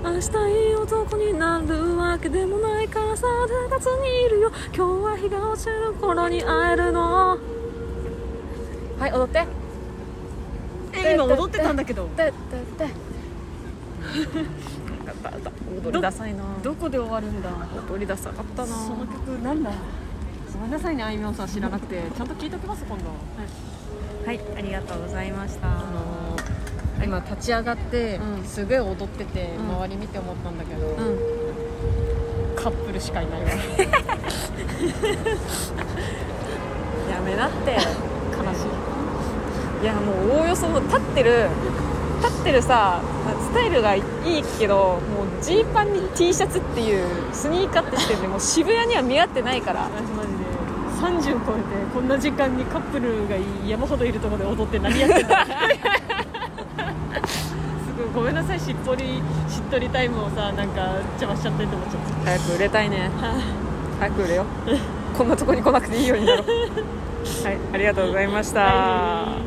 Speaker 2: 明日いい男になるわけでもないからさ部活にいるよ今日は日が落ちる頃に会えるのはい踊って
Speaker 5: え今踊ってたんだけど
Speaker 2: ででで踊りダサいな
Speaker 5: どこで終わるんだ
Speaker 2: 踊りダサかったな
Speaker 5: その曲なんだごめんなさいねあいみょんさん知らなくてちゃんと聞いておきます今度
Speaker 2: はいありがとうございました
Speaker 5: あのー今立ち上がって、
Speaker 2: うん
Speaker 5: すごい踊ってて、
Speaker 2: ん
Speaker 5: 周り見て思ったんだけど、
Speaker 2: ん
Speaker 5: カップルしかいないわ
Speaker 2: やめなって
Speaker 5: 悲しい
Speaker 2: いやもうおおよそもう立ってる立ってるさスタイルがいいけどもうジーパンに T シャツっていうスニーカーってしててもう渋谷には見合ってないから
Speaker 5: マジで30超えてこんな時間にカップルが山ほどいるところで踊って何やって [laughs] たすごいごめんなさいしっぽりしっとりタイムをさなんか邪魔しちゃってって思っちゃった
Speaker 2: 早く売れたいね早く売れよこんなとこに来なくていいようになろうはいありがとうございました、
Speaker 5: はい